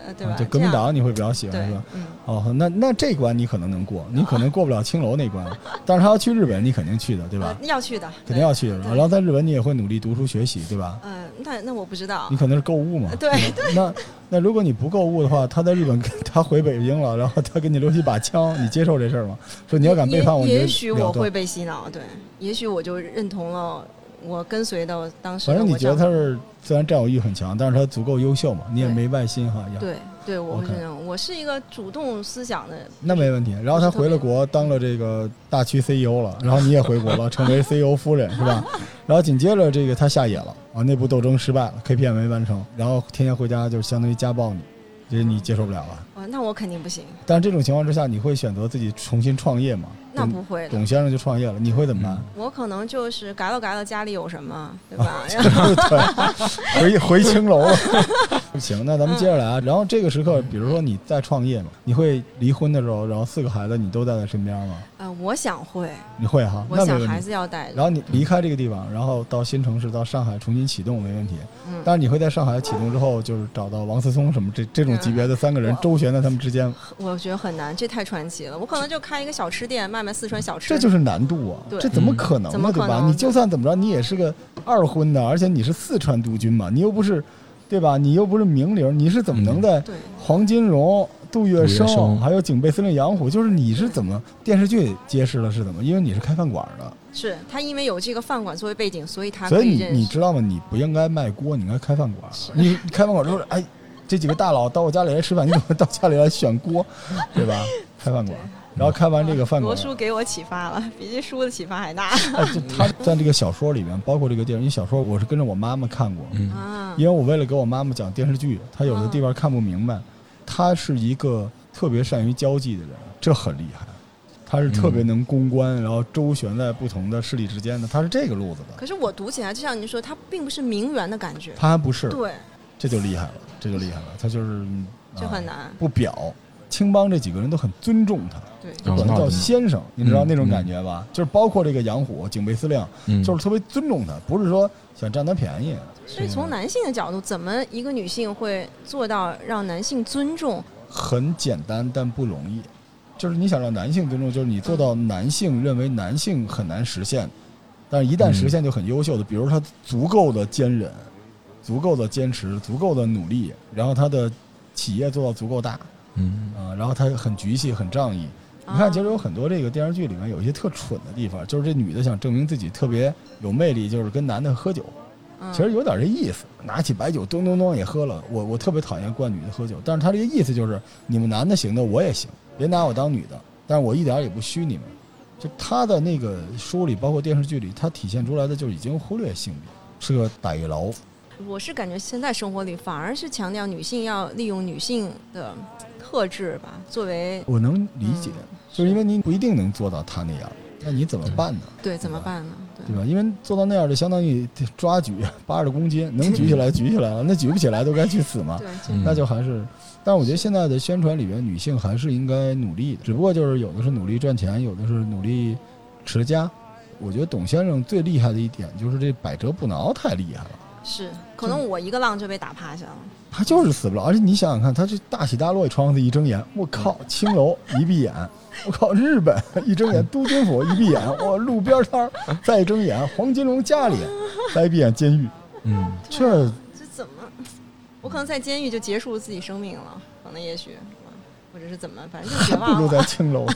D: 呃对吧？
A: 啊就革命
D: 这样
A: 党你会比较喜欢
D: 对
A: 是吧？，
D: 嗯，
A: 哦，那那这关你可能能 过，你可能过不了青楼那关，但是他要去日本，你肯定去的，对吧？
D: 呃要去的，
A: 肯定要去的。
D: 对
A: 然后在日本你也会努力读书学习，对吧？
D: 嗯、那那我不知道
A: 你，可能是购物嘛。
D: 对
A: 吧那那如果你不购物的话，他在日本跟他回北京了，然后他给你留起把枪，你接受这事儿吗？说你要敢背叛我，
D: 也
A: 你
D: 也
A: 就
D: 许
A: 了
D: 我会
A: 断。
D: 被洗脑，对，也许我就认同了我跟随到当时
A: 反
D: 的
A: 正你
D: 我
A: 觉得
D: 丈
A: 他
D: 夫
A: 是虽然占有欲很强，但是他足够优秀嘛，你也
D: 对
A: 没外心哈。也，
D: 对对，我会
A: OK
D: 是这样，我是一个主动思想的人，
A: 那没问题。然后他回了国，当了这个大区 CEO 了，然后你也回国了，成为 CEO 夫人是吧？然后紧接着这个他下野了啊，内部斗争失败了，KPI 没完成，然后天天回家就是相当于家暴你，这你接受不了了。
D: 哦，那我肯定不行，
A: 但这种情况之下，你会选择自己重新创业吗？
D: 那
A: 董
D: 不会的，
A: 董先生就创业了，你会怎么办？
D: 我可能就是改了改了家里有什么，对
A: 啊
D: 吧？然后
A: 对，回回青楼了。 行，那咱们接着来
D: 嗯
A: 啊。然后这个时刻，比如说你在创业嘛，你会离婚的时候，然后四个孩子你都带在身边吗？
D: 呃，我想会，
A: 你会哈？
D: 我
A: 那没
D: 想
A: 问
D: 孩
A: 题。
D: 子要带着
A: 然，后你离开这个地方，然后到新城市，到上海重新启动没问题。
D: 嗯，
A: 但是你会在上海启动之后，就是找到王思聪什么这这种级别的三个人
D: 嗯我
A: 周旋在他们之间，
D: 我觉得很难，这太传奇了。我可能就开一个小吃店，卖卖四川小吃。
A: 这就是难度啊！
D: 对嗯
A: 这怎么可能
D: 怎
A: 呢？
D: 么
A: 对
D: 可
A: 吧？
D: 能
A: 你就算怎么着，你也是个二婚的，而且你是四川督军嘛，你又不是，对吧？你又不是名伶，你是怎么能在
D: 对
A: 黄金荣、嗯杜月
E: 杜月
A: 笙
E: 笙
A: 还有警备司令杨虎，就是你是怎么电视剧揭示了是怎么？因为你是开饭馆的，
D: 是他因为有这个饭馆作为背景，所以他
A: 所
D: 可
A: 以你
D: 认
A: 你
D: 识。
A: 知道吗？你不应该卖锅，你应该开饭 馆。你你开饭馆之后，哎，这几个大佬到我家里来吃饭，你怎么到家里来选锅，对吧？开饭馆，然后开完这个饭
D: 罗
A: 馆，
D: 叔给我启发了，比这书的启发还大
A: 啊，
E: 嗯
A: 就他在这个小说里面，包括这个电影，因为小说我是跟着我妈妈看过，
E: 嗯
D: 啊
A: 因！为我为了给我妈妈讲电视剧，她有的地方看不明白。她是一个特别善于交际的人，这很厉害。她是特
E: 嗯
A: 别能公关，然后周旋在不同的势力之间的，她是这个路子的。
D: 可是我读起来，就像您说，它并不是名媛的感觉，
A: 她还不是，啊
D: 对，
A: 这就厉害了，这就厉害了。她就是
D: 就很、
A: 啊
D: 难，
A: 不表。青帮这几个人都很尊重她，
D: 对，
E: 哦
A: 管她叫先生，你知道
E: 嗯
A: 那种感
E: 嗯
A: 觉吧？就是包括这个杨虎警备司令，
E: 嗯，
A: 就是特别尊重他，不是说想占他便宜。
D: 所以从男性的角度，怎么一个女性会做到让男性尊重？
A: 很简单，但不容易。就是你想让男性尊重，就是你做到男性认为男性很难实现，但是一旦实现就很优秀的，比如他足够的坚忍，足够的坚持，足够的努力，然后他的企业做到足够大啊、
E: 嗯
A: 然后他很局气，很仗义。你
D: 啊
A: 看，其实有很多这个电视剧里面有一些特蠢的地方，就是这女的想证明自己特别有魅力，就是跟男的喝酒。
D: 嗯
A: 其实有点这意思，拿起白酒咚咚咚也喝了。我我特别讨厌灌女的喝酒，但是他这个意思就是，你们男的行的我也行，别拿我当女的，但是我一点儿也不虚你们。就他的那个书里，包括电视剧里，他体现出来的就已经忽略性别，是个歹劳。
D: 嗯我是感觉现在生活里反而是强调女性要利用女性的特质吧，作为
A: 我能理解
D: 嗯，
A: 就是因为你不一定能做到他那样，那你怎么办呢？
D: 对怎么办呢？
A: 对
D: 对，
A: 吧？因为做到那样就相当于抓举 八十公斤，能举起 来举起来了，那举不起来都该去死
G: 啊
A: 嘛。
D: 对，这
E: 嗯
A: 那就还是，但我觉得现在的宣传里边，女性还是应该努力的，只不过就是有的是努力赚钱，有的是努力持家。我觉得董先生最厉害的一点就是这百折不挠太厉害了，
D: 是，可能我一个浪就被打趴下了。
A: 他就是死不了。而且你想想看，他这大起大落，窗子一睁眼，我靠，青楼一闭眼， 我靠，日本一睁眼，都京府一闭眼，我路边摊儿再一睁眼，黄金龙家里，再一闭眼监狱，
E: 嗯，
A: 这
D: 这怎么？我可能在监狱就结束自己生命了，可能也许，嗯或者是怎么，反正就绝
E: 啊
A: 不
D: 望
A: 如
D: 了。
A: 在青 楼，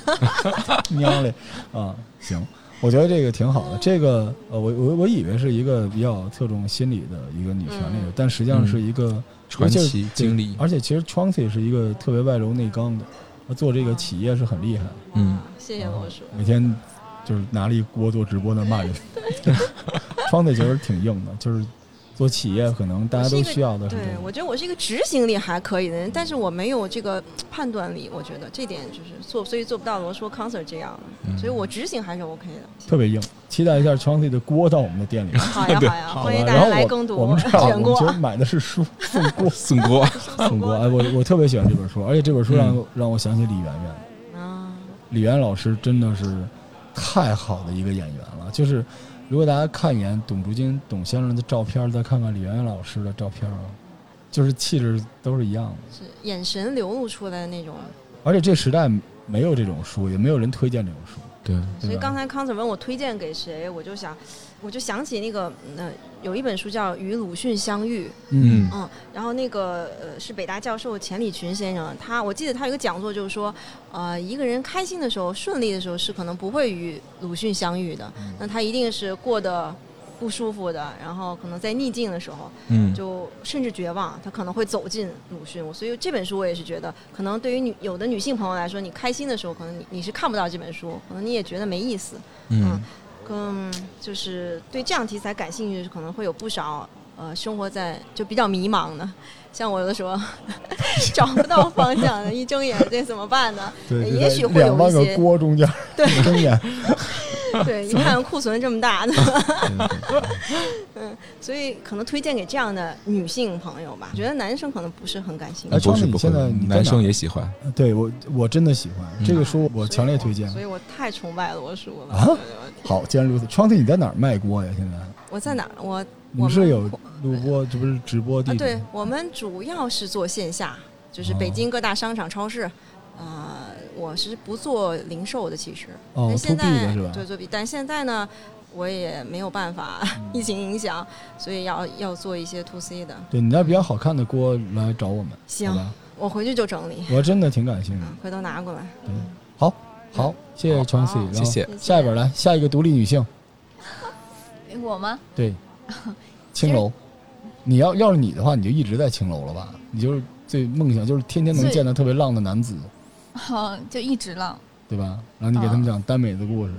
A: 娘嘞啊！行，我觉得这个挺好的。这个呃，我我我以为是一个比较侧重心理的一个女权那个，但实际上是一个、
E: 嗯传
A: 尤
E: 奇
A: 其是
E: 经历，
A: 而且其实 Chauncey 是一个特别外柔内刚的，他做这个企业是很厉害的。
E: 嗯，
D: 啊谢谢罗叔。
A: 每天就是拿了一锅做直播那骂人。 窗子其实挺硬的，就是做企业可能大家都需要的是这
D: 对，
A: 个。
D: 我觉得我是一个执行力还可以的人，但是我没有这个判断力，我觉得这点就是做，所以做不到罗叔 concert 这样
A: 嗯
D: 的，所以我执行还是 OK 的。
A: 特别硬，期待一下 Chauncey 的锅到我们的店里。
D: 好呀好呀，
A: 好吧
D: 欢迎大
A: 然
D: 家
A: 后
D: 来
A: 我
D: 更读
A: 我 们这儿
D: 选
A: 我们
D: 过
A: 其实买的是 书，送锅
E: 宋国，
A: 送锅。哎，我我特别喜欢这本书，而且这本书让、
E: 嗯
A: 让我想起李媛媛。
D: 啊，
A: 李媛老师真的是太好的一个演员了。就是如果大家看一眼董竹金董先生的照片，再看看李媛媛老师的照片啊，就是气质都是一样的。
D: 是眼神流露出来的那种。
A: 而且这时代没有这种书，也没有人推荐这种书。
E: 对，嗯
A: 对
D: 所以
A: 吧
D: 刚才康 Sir 问我推荐给谁，我就想，我就想起那个，嗯、呃，有一本书叫《与鲁迅相遇》，
E: 嗯
D: 嗯，然后那个呃是北大教授钱理群先生，他我记得他有一个讲座，就是说，呃，一个人开心的时候、顺利的时候是可能不会与鲁迅相遇的，那他一定是过得不舒服的，然后可能在逆境的时候，
E: 嗯，
D: 就甚至绝望，他可能会走进鲁迅。我所以这本书我也是觉得，可能对于女有的女性朋友来说，你开心的时候，可能你你是看不到这本书，可能你也觉得没意思。
E: 嗯，
D: 更就是对这样题材感兴趣，的，可能会有不少呃生活在就比较迷茫的， 像我有的时候 找不到方向的，一睁眼这怎么 办呢？
A: 对，
D: 也许
A: 就在
D: 会有
A: 两万
D: 一
A: 个
D: 些
A: 锅中间，
D: 对
A: 睁眼。
D: 对，你看库存这么大的， 嗯
A: 对对
D: 所以可能推荐给这样的女性朋友吧。我觉得男生可能不是很感兴
A: 哎
D: 趣，
E: 不
A: 窗
E: 是
A: 子你
E: 不会
A: 现在，你在
E: 男生
A: 哪
E: 也喜欢，
A: 对我我真的喜欢、
E: 嗯
A: 这个书，我
D: 所以
A: 强烈推荐
D: 所。以我太崇拜罗叔了。
A: 啊
D: 对
A: 好，既然如此，窗子你在哪儿卖锅呀？现在
D: 我在哪儿？我
A: 你
D: 我
A: 们是
D: 们
A: 有
D: 火
A: 录播，这不是直播地
D: 啊，
A: 址
D: 对
A: 吗
D: 我们主要是做线下，就是北
A: 哦
D: 京各大商场、超市。呃，我是不做零售的，其实。
A: 哦，to
D: 但现
A: B
D: 在
A: 的是吧？
D: 对，做 B，但现在呢，我也没有办法，
A: 嗯
D: 疫情影响，所以要要做一些 to C 的。
A: 对，你那比较好看的锅来找我们，
D: 行
A: 好吧？
D: 我回去就整理，
A: 我真的挺感兴趣。
D: 嗯回头拿过来。
A: 好，好，谢谢 Chauncey，然后
E: 谢谢，
D: 谢谢
A: 下一本来，下一个独立女性，
C: 哎我吗？
A: 对，青楼。你要要是你的话，你就一直在青楼了吧？你就是最梦想就是天天能
C: 最
A: 见到特别浪的男子，
C: 好，就一直浪。
A: 对吧？然后你给他们讲耽美的故事，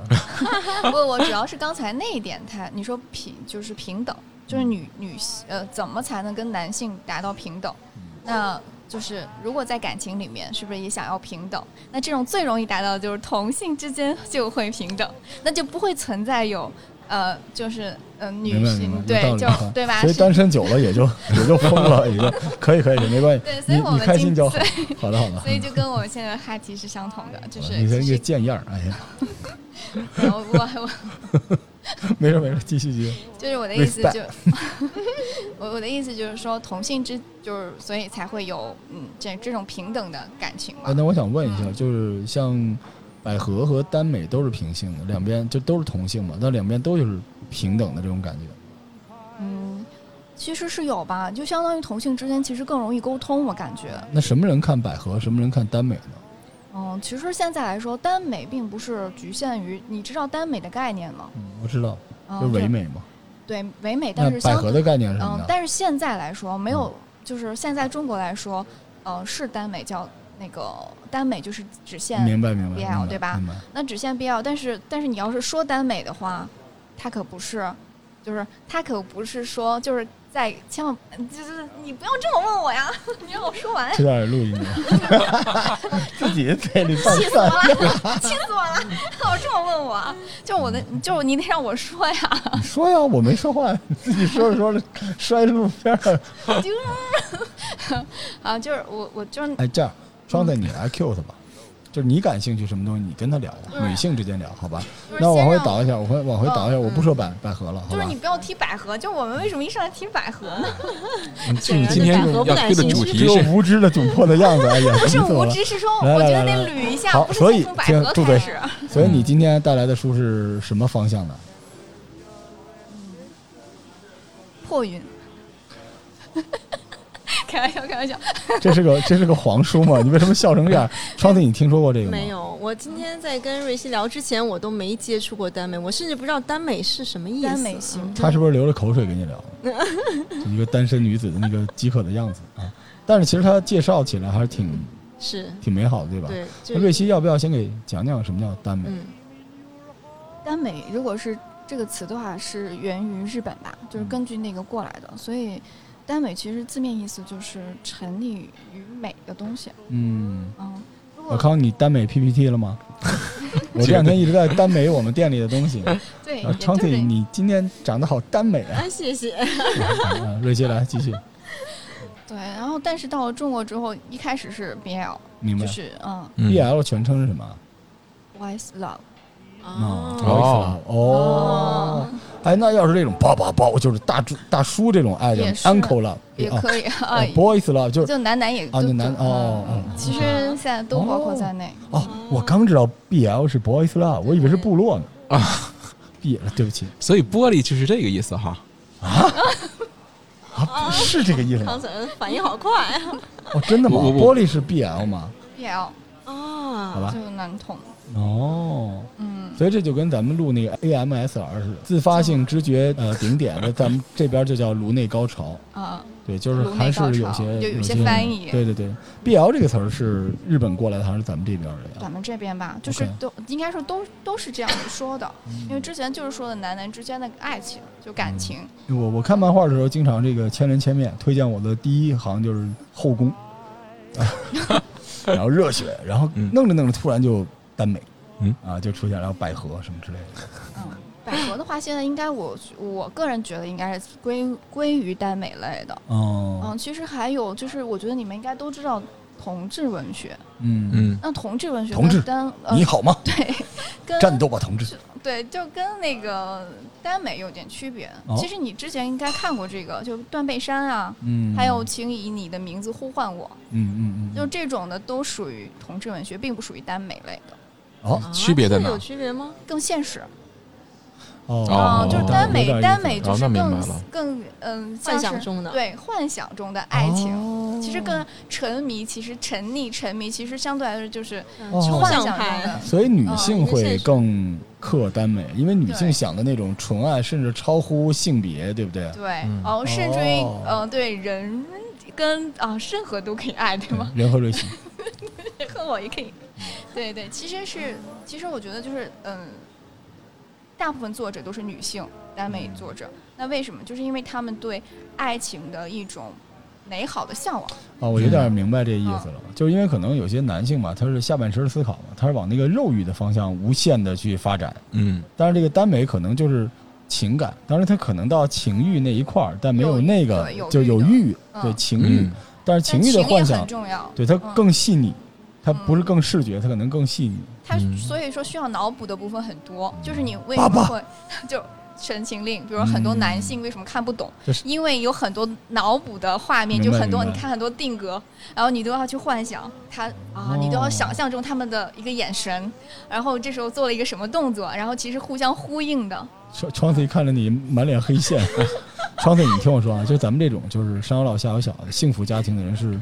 C: 不，我主要是刚才那一点太，他你说平就是平等，就是女女呃，怎么才能跟男性达到平等？
A: 嗯
C: 那就是如果在感情里面，是不是也想要平等？那这种最容易达到的就是同性之间就会平等，那就不会存在有呃，就是呃
A: 明
C: 女
A: 白明白
C: 性
A: 有道
C: 对
A: 理
C: 就
A: 啊
C: 对吧？
A: 所以
C: 是
A: 单身久了也就 也就疯了，也就可以可以，没关系
C: 对，所
A: 你
C: 以我
A: 你
C: 们
A: 开心
C: 今
A: 就好
C: 所。
A: 好的好的，
C: 所以就跟我们现在的话题是相同的，就是
A: 哦啊你这
C: 其
A: 个
C: 实
A: 贱样儿，哎呀，
C: 对我我我
A: 没事没事，继续继续。
C: 就是我的意思就， 我我的意思就是说，同性之就是所以才会有嗯这这种平等的感情嘛
A: 哎，。那我想问一下，就是像百合和耽美都是平性的，两边就都是同性嘛，但两边都就是平等的这种感觉。
C: 嗯，其实是有吧，就相当于同性之间其实更容易沟通，我感觉。
A: 那什么人看百合，什么人看耽美呢？
C: 嗯，其实现在来说，耽美并不是局限于你知道耽美的概念吗？
A: 嗯，我知道，
C: 嗯，
A: 就是
C: 就
A: 唯
C: 是
A: 美嘛。
C: 对唯美，但
A: 那
C: 是
A: 百
C: 相
A: 合的概嗯念是什么
C: 嗯，
A: 呢？
C: 但是现在来说没有，就是现在中国来说，呃，是耽美叫那个耽美就是只限
A: 明白明白，
C: BL
A: 明白
C: 对吧
A: 明白。
C: 那只限 BL，但是但是你要是说耽美的话，它可不是，就是它可不是说就是在千万就是你不要这么问我呀， 你让我说完，
A: 这段也录音了， 自己在里放
C: 气死我
A: 散。
C: 了，气死我了，老这么问我，就是我的就是你得让我说呀，
A: 你说呀，我没说话，你自己说着说着摔路边儿了。
C: 就是啊，就是我我就是
A: 哎，这样，双子你来 Q 他吧。就是你感兴趣什么东西，你跟他聊，
D: 嗯
A: 女性之间聊，好吧？
C: 就是
A: 那我往
C: 先
A: 回
C: 让嗯
A: 倒一下，我会往回倒一下，我不说百百合了，好
C: 就是
A: 吧
C: 你？不要提百合，就我们为什么一上来提百合呢？
E: 你
D: 显
E: 你
D: 然
E: 今
D: 对
E: 天
D: 百合不
E: 要
D: 感
E: 推的
D: 兴
E: 主
D: 趣
E: 题
A: 只有
E: 是
A: 无知的窘迫的样子，哎呀，
C: 不
A: 你
C: 是
A: 怎么
C: 无
A: 了？
C: 知，是说
A: 来
C: 我觉得
A: 来来
C: 得
A: 来
C: 捋一下，
A: 好
C: 不是
A: 所以
C: 先从百
A: 先
C: 合
A: 住
C: 开
A: 嘴
C: 始。
A: 所以你今天带来的书是什么方向的？
C: 破云， 开玩笑，开玩笑。
A: 这是个这是个黄书吗？你为什么笑成这 样？窗子，你听说过这个吗？
D: 没。有，我今天在跟瑞希聊之前，我都没接触过耽美，我甚至不知道耽美是什么意思。
C: 耽美行
D: 嗯
A: 他是不是流着口水跟你 聊？就一个单身女子的那个饥渴的样子啊！但是其实他介绍起来还是挺
D: 是，
A: 挺美好的，对吧？
D: 对，就
A: 那瑞希要不要先给讲讲什么叫耽美？
D: 嗯，
C: 耽美如果是这个词的话，是源于日本吧，就是
D: 嗯
C: 根据那个过来的，所以耽美其实字面意思就是沉溺于美的东西。
A: 嗯，
C: 嗯，如
A: 老
C: 果
A: 康，你耽美 PPT 了 吗？我这两天一直在耽美我们店里的 东西。
C: 对，
A: 啊
C: 哎也就
A: 昌子，
C: 是
A: 你今天长得好耽美啊！
D: 啊，谢谢。
A: 啊瑞希来继续，
C: 对。然后，但是到了中国之后，一开始是 BL，
A: 明白
C: 就。是嗯
E: 嗯
A: BL 全称是什么？
C: ，Wise Love。
A: 啊，
D: 哦，
A: 哦哦，哎，那要是这种叭叭叭，就是大叔大叔这种爱的
C: 也是
A: ，uncle 了，
C: 也
A: 啊
C: 可以 啊
A: 啊，，boys 了，就是
C: 就男男也
A: 啊
C: 都
A: 就男
C: 都
A: 哦
C: 嗯
A: 哦
C: 其实现在都包括在内。
A: 哦，我刚知道 BL 是 boys love，我以为是部落呢
C: 哦
E: 啊
A: ，BL 对不起
E: 所以玻璃就是这个意思哈。
C: 哦
A: 啊，是这个意思
D: 康
A: 吗？
D: 子反应好快啊！
A: 哦，真的吗？
E: 我我
A: 玻璃是 BL 吗？
C: BL
A: 好吧
D: 啊，
C: 就男同，
A: 哦，
C: 嗯，
A: 所以这就跟咱们录那个 AMSR 似的，自发性知觉呃顶点的，咱们这边就叫颅内高潮。
C: 啊，
A: 对，就是
C: 颅内
A: 还是
C: 高
A: 有
C: 潮
A: 些
C: 有有
A: 些
C: 些翻译
A: 对对对，BL 这个词儿是日本过来的，还是咱们这边儿的呀
C: 咱？们这边吧，就是
A: 啊 OK 嗯
C: 都应该说都都是这样子说的，因为之前就是说的男男之间的爱情，就 感情，
A: 我我看漫画的时候，经常这个千人千面，推荐我的第一行就是后 宫，然后热血，然后
E: 嗯
A: 弄着弄着突然就耽美，
E: 嗯
A: 啊就出现，然后百合什么之类的。
C: 嗯。百合的话，现在应该我我个人觉得应该是归归于耽美类的，
A: 哦，
C: 嗯，其实还有就是，我觉得你们应该都知道同志文学，
A: 嗯
E: 嗯，
C: 那同志文学
A: 同志
C: 跟耽呃
A: 你好吗？
C: 对跟
A: 战斗吧，同志。
C: 对，就跟那个耽美有点区别。
A: 哦
C: 其实你之前应该看过这个，就《断背山》啊，
A: 嗯，
C: 还有《请以你的名字呼唤我
A: 嗯嗯嗯，》，
C: 就这种的都属于同志文学，并不属于耽美类的，
A: 哦
D: 啊
E: 区别在
D: 这
E: 哪
D: 有区别吗？
C: 更现实。
E: 哦
C: 啊，
E: 哦
C: 就是
E: 哦
C: 耽
A: 有
C: 美，
A: 点
C: 耽
A: 意思
C: 美就
E: 哦
C: 是
E: 那明白
C: 更
E: 了
C: 更嗯，像
D: 幻想
C: 是
D: 中的
C: 对幻想中的爱情。
A: 哦
C: 其实跟沉迷，其实沉溺、沉迷，其实相对来说就是
A: 哦
D: 抽
C: 幻
D: 象
C: 想中
D: 派
C: 的。
A: 所以女
C: 嗯
A: 性
D: 因为现
A: 会
D: 实
A: 更克耽美，因为女性
C: 哦对
A: 想的那种纯爱，甚至超乎性别，对不对？
C: 对
E: 嗯，
C: 哦，甚至于
A: 哦，
C: 嗯，对人跟啊，任何都可以爱，对
A: 对
C: 吗？
A: 人和瑞 希，
C: 恨我也可以。对对，其实是，其实我觉得就是，嗯，大部分作者都是女性，耽
A: 嗯
C: 美作者。那为什么？就是因为他们对爱情的一种美好的向往。
A: 啊，我有点明白这意思
C: 嗯
A: 了，就是因为可能有些男性吧，他是下半身思考嘛，他是往那个肉欲的方向无限的去发展，
E: 嗯，
A: 但是这个耽美可能就是情感，当然他可能到情欲那一块儿，但没有
C: 有欲
A: 那个
C: 对有
A: 就
C: 欲
A: 有
C: 的
A: 欲，
C: 嗯
A: 对情欲
E: 嗯，
A: 但是
C: 但
A: 情欲的
C: 也
A: 幻想
C: 很，重要。
A: 对它
C: 嗯
A: 更细腻，它不是
C: 嗯
A: 更视觉，它可能更细腻。
C: 它
E: 嗯
C: 所以说需要脑补的部分很多，就是你为
A: 爸
C: 什
A: 爸嗯
C: 么会就。神情令，比如说很多男性为什么看不懂？
A: 就是
C: 因为有很多脑补的画面，
A: 明
C: 就
A: 白
C: 很多，
A: 明
C: 你
A: 白
C: 看很多定格，然后你都要去幻想他啊，你都
A: 哦
C: 要想象中他们的一个眼神，然后这时候做了一个什么动作，然后其实互相呼应的。
A: 窗窗子一看着你满脸黑线， 窗子你听我说啊，就咱们这种就是上有老下有小的幸福家庭的人是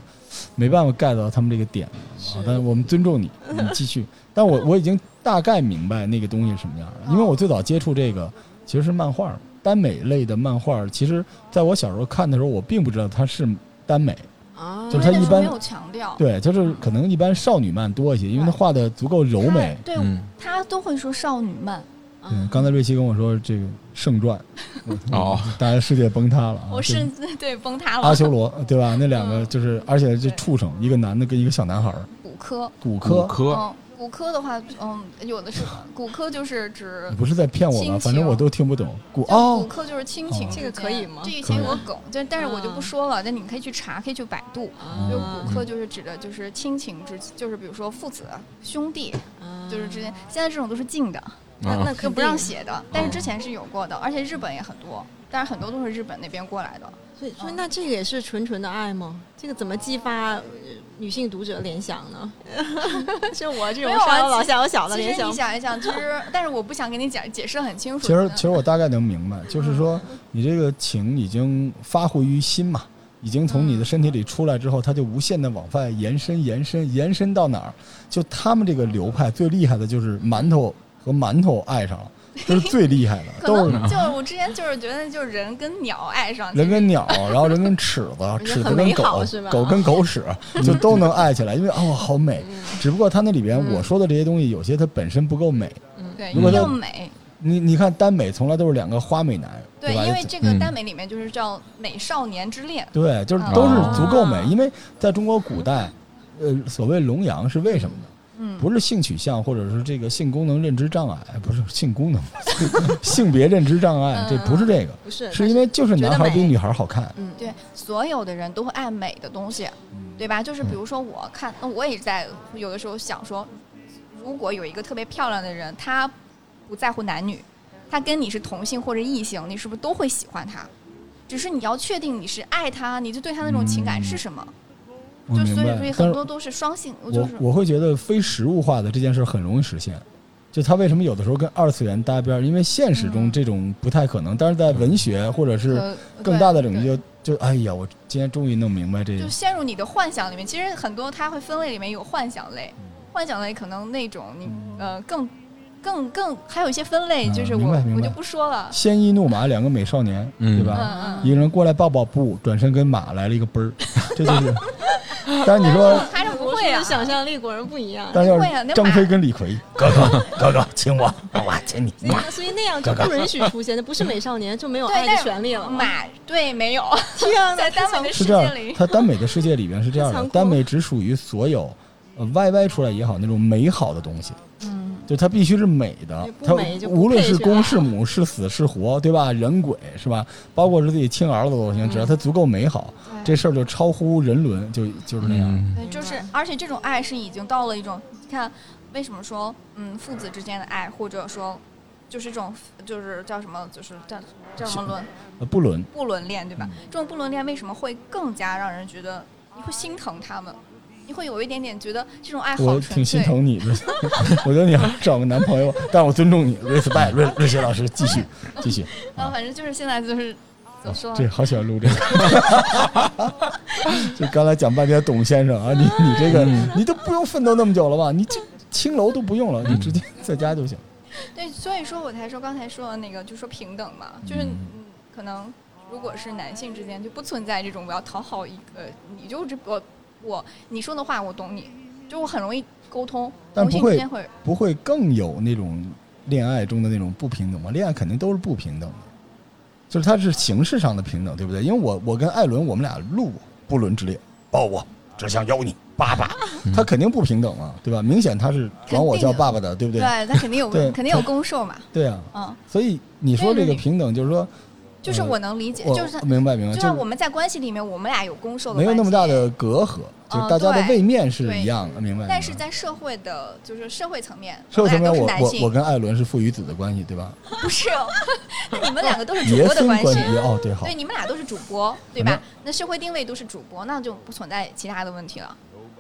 A: 没办法 get 到他们这个点的啊，
C: 嗯
A: 但是我们尊重 你，你继续。但我我已经大概明白那个东西是什么样了，因为我最早接触这个其实是漫画，耽美类的漫画。其实在我小时候看的时候，我并不知道它是耽美，
D: 啊，
A: 就是
C: 因
A: 它
C: 为那
A: 一
C: 时候
A: 般
C: 没有强调，
A: 对，就是可能一般少女漫多一些，因为它画的足够柔美。
C: 对
E: 嗯，
C: 他都会说少女漫，
D: 啊
A: 嗯，刚才瑞希跟我说这个圣 传，嗯
E: 哦，
A: 大家世界崩塌了啊！
C: 我
A: 这
C: 甚至 对崩塌
A: 阿
C: 了
A: 修罗，对 吧？那两个
C: 嗯
A: 就是，而且这
C: 对
A: 畜生，一个男的跟一个小男孩儿，
C: 骨科，
A: 骨
E: 骨
A: 科
E: 科
D: 哦
C: 嗯，骨骨科的话，嗯，有的是骨科就是指
A: 你不是在骗我
C: 亲
A: 吧？
C: 情
A: 反正我都听不懂。骨
C: 就骨
A: 哦，
C: 科就是亲情
A: 哦
C: 之
D: 这个
C: 间，
D: 可以吗
C: 这以前
A: 可以
C: 有个梗，就但是我就
D: 啊
C: 不说了，那你们可以去查，可以去百度。
D: 啊
C: 就
A: 嗯
C: 骨科就是指的就是亲情之，就是比如说父子、兄弟，
A: 嗯
C: 就是
E: 啊
C: 之间，现在这种都是禁的，
D: 那那
C: 就
D: 嗯肯
C: 不让
D: 定，
C: 写的，
A: 嗯
C: 但是之前是有过的，而且日本也很多，但是很多都是日本那边过来的。
D: 所以所以那这个也是纯纯的爱吗？这个怎么激发呃女性读者联想 呢？就我这种
C: 没有啊
D: 上有
C: 其
D: 老
C: 实
D: 下有小的
C: 其
D: 联
C: 实
D: 想
C: 你，想一想，其 实但是我不想给你讲解释得很清楚。
A: 其实
C: 可能
A: 其实我大概能明白，就是说
C: 嗯
A: 你这个情已经发乎于心嘛，已经从你的身体里出来之后，它就无限的往外延伸、延伸、延伸到哪儿？就他们这个流派最厉害的就是馒头和馒头爱上了，这是最厉害的，
C: 可
A: 都是
C: 能就我之前就是觉得，就是人跟鸟爱上
A: 人
C: 这
A: 跟鸟，然后人跟尺子， 尺子跟
D: 美
A: 狗
D: 好是吧，
A: 狗跟狗屎，就都能爱起来，因为哦好美。
C: 嗯
A: 只不过它那里边
D: 嗯
A: 我说的这些东西，有些它本身不够美。
C: 个对
A: 如果
C: 又
A: 他
C: 美，
A: 你你看耽美从来都是两个花美男，
C: 对，
A: 吧？
C: 因为这个
E: 嗯
C: 耽美里面就是叫美少年之恋，
A: 对，就是
C: 哦
A: 都是足够美。因为在中国古代，呃，所谓龙阳是为什么呢？
C: 嗯，
A: 不是性取向，或者是这个性功能认知障碍，不是性功能， 性别认知障
C: 嗯
A: 碍，这不是这个，
D: 不是
A: 是因为就是男孩比女孩好看。
D: 嗯
C: 对，所有的人都会爱美的东西，
A: 嗯
C: 对吧？就是比如说，我看，那我也在有的时候想说，如果有一个特别漂亮的人，她不在乎男女，她跟你是同性或者异性，你是不是都会喜欢她？只是你要确定你是爱她，你就对她那种情感是什么？
A: 嗯我
C: 就
A: 明
C: 所以
A: 白
C: 所以，很
A: 但
C: 多
A: 是
C: 都是双性，就
A: 我
C: 是
A: 我会觉得非实物化的这件事很容易实现。就他为什么有的时候跟二次元搭边儿？因为现实
C: 嗯
A: 中这种不太可能，但是在文学或者是
C: 呃
A: 更大的领域
C: 对
A: 就，就哎呀，我今天终于弄明白这
C: 就陷入你的幻想里面。其实很多它会分类里面有幻想类，
A: 嗯
C: 幻想类可能那种你呃更更更还有一些分类，
A: 嗯
C: 就是
A: 明
C: 我
A: 白明
C: 我
A: 白
C: 就不说了。
A: 鲜衣怒马两个美少年，
E: 嗯
A: 对
C: 嗯
A: 吧？
C: 嗯。
A: 一个人过来抱抱不，转身跟马来了一个奔儿，这就是。但是你说，
C: 他是不
D: 不
C: 会
D: 会
C: 啊
D: 啊，，想象力果然不一样。
A: 但是
C: 会啊
A: 要
C: 那
A: 是张
C: 马
A: 飞跟李逵，哥哥哥哥亲我，我亲你。
D: 所以，所以那样就不允许出现，那不是美少年就没有
C: 对
D: 爱
C: 但
D: 的
C: 是
D: 权利了吗。
C: 马对没有，
D: 天啊
C: 在
D: 哪，
C: 耽美 的
A: 是
C: 世
A: 这
C: 界
A: 样，
C: 里，
A: 它耽美的世界里边是这样
D: 太
A: 的，
D: 残酷了
A: 耽美只属于所有呃 YY 出来也好那种美好的东西，
C: 嗯，
A: 就它必须是美的
D: 对，不
A: 它
D: 美就不
A: 无论
D: 配
A: 是
D: 角
A: 公
D: 啊
A: 是母是死是活，对吧？人鬼是吧？包括是自己亲儿子都行，
D: 嗯
A: 只要它足够美好，这事儿就超乎人伦，就就是那样。
E: 嗯
C: 对，就是而且这种爱是已经到了一种，你看为什么说嗯父子之间的爱，或者说就是这种就是叫什么，就是叫叫什么伦
A: 呃不伦，
C: 不伦恋，对吧？
A: 嗯
C: 这种不伦恋为什么会更加让人觉得你会心疼他们？你会有一点点觉得这种爱好
A: 我
C: 纯
A: 挺心
C: 粹，
A: 疼你的， 我觉得你还是找个男朋友，但我尊重你，respect 瑞瑞雪老师，继续继续，
C: 然后反正就是现在就是怎么说
A: 哦
C: 啊呢
A: 啊这好喜欢录这个， 就刚才讲半天董先生啊，你你这个你都不用奋斗那么久了吧？你这青楼都不用了，你直接在家就行。
C: 对，所以说我才说刚才说的那个，就说平等嘛，就是
E: 嗯
C: 嗯可能如果是男性之间就不存在这种我要讨好一个，你就这我我你说的话我懂你，就我很容易沟通，
A: 但
C: 同
A: 不
C: 性之
A: 会
C: 间会
A: 不会更有那种恋爱中的那种不平等吗？恋爱肯定都是不平等的，就是它是形式上的平等，对不对？因为我我跟艾伦我们俩录过不伦之恋，抱我只想要你，爸爸，他肯定不平等啊，对吧？明显他是管我叫爸爸的，对不对？
C: 对他肯定有
A: 对
C: 肯定有攻受嘛，
A: 对啊，
C: 嗯，
A: 所以你说这
C: 对
A: 个
C: 对对
A: 平等，就是说，
C: 就是
A: 呃
C: 我能理解，
A: 我
C: 就是
A: 明白明白，
C: 就
A: 就是
C: 像我们在关系里面，我们俩有攻受的
A: 没有
C: 关
A: 那么大
C: 系
A: 的隔阂，就是
C: 嗯
A: 大家的
C: 对
A: 位面是
C: 对
A: 一样的，明白？
C: 但是
A: 明白
C: 在社会的，就是社会层面，
A: 嗯社会层面，
C: 我
A: 我
C: 们俩都是男
A: 我我
C: 性，
A: 跟艾伦是父与子的关系，对吧？
C: 不是，哦你们两个都是 主
A: 爷
C: 播的
A: 孙
C: 关
A: 关
C: 系啊
A: 系，哦，对，好嗯
C: 对，，你们俩都是主播，对吧？那社会定位都是主播，那就不存在其他的问题了。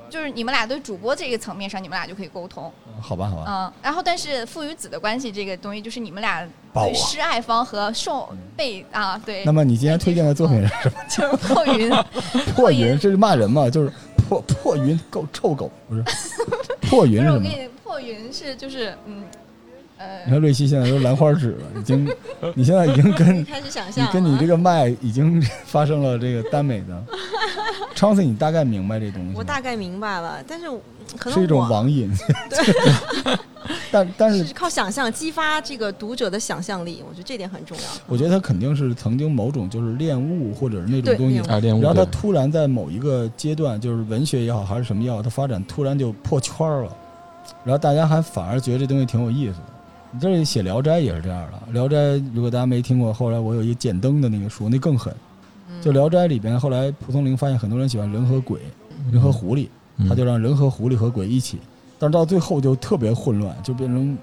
C: 就是你们俩对主播这个层面上，你们俩就可以沟通，
A: 好吧，好吧，
C: 嗯。然后，但是父与子的关系这个东西，就是你们俩
A: 抱我
C: 对施爱方和受被啊，对
A: 啊嗯那，么你今天推荐的作品是什么？
C: 就是嗯破云，
A: 破云，这是骂人嘛？就是破破云狗臭狗，不是破
C: 不
A: 云
C: 是
A: 是什
C: 我跟
A: 么？
C: 你破云是就是嗯
A: 你
C: 呃，
A: 看瑞希现在都兰花指了，已 经，你现在已经跟
D: 开始想
A: 你
D: 象了啊，
A: 跟你这个麦已经发生了这个耽美的，Chance，你大概明白这东西吗？
D: 我大概明白了，但是我可能
A: 是一种
D: 我
A: 网瘾， 但但
D: 是
A: 是
D: 靠想象激发这个读者的想象力，我觉得这点很重要。
A: 我觉得他肯定是曾经某种就是恋物或者是那种
D: 对
A: 东西
D: 恋物，
E: 啊，恋物
A: 然后他
E: 对
A: 突然在某一个阶段，就是文学也好还是什么也好，他发展突然就破圈儿了，然后大家还反而觉得这东西挺有意思的。你这写《聊斋》也是这样的，《聊斋》如果大家没听过，后来我有一个剪灯的那个书，那更狠。
D: 嗯
A: 就《聊斋》里边，后来蒲松龄发现很多人喜欢人和鬼、
D: 嗯
A: 人和狐狸，
E: 嗯
A: 他就让人和狐狸和鬼一起，但是到最后就特别混乱，就变成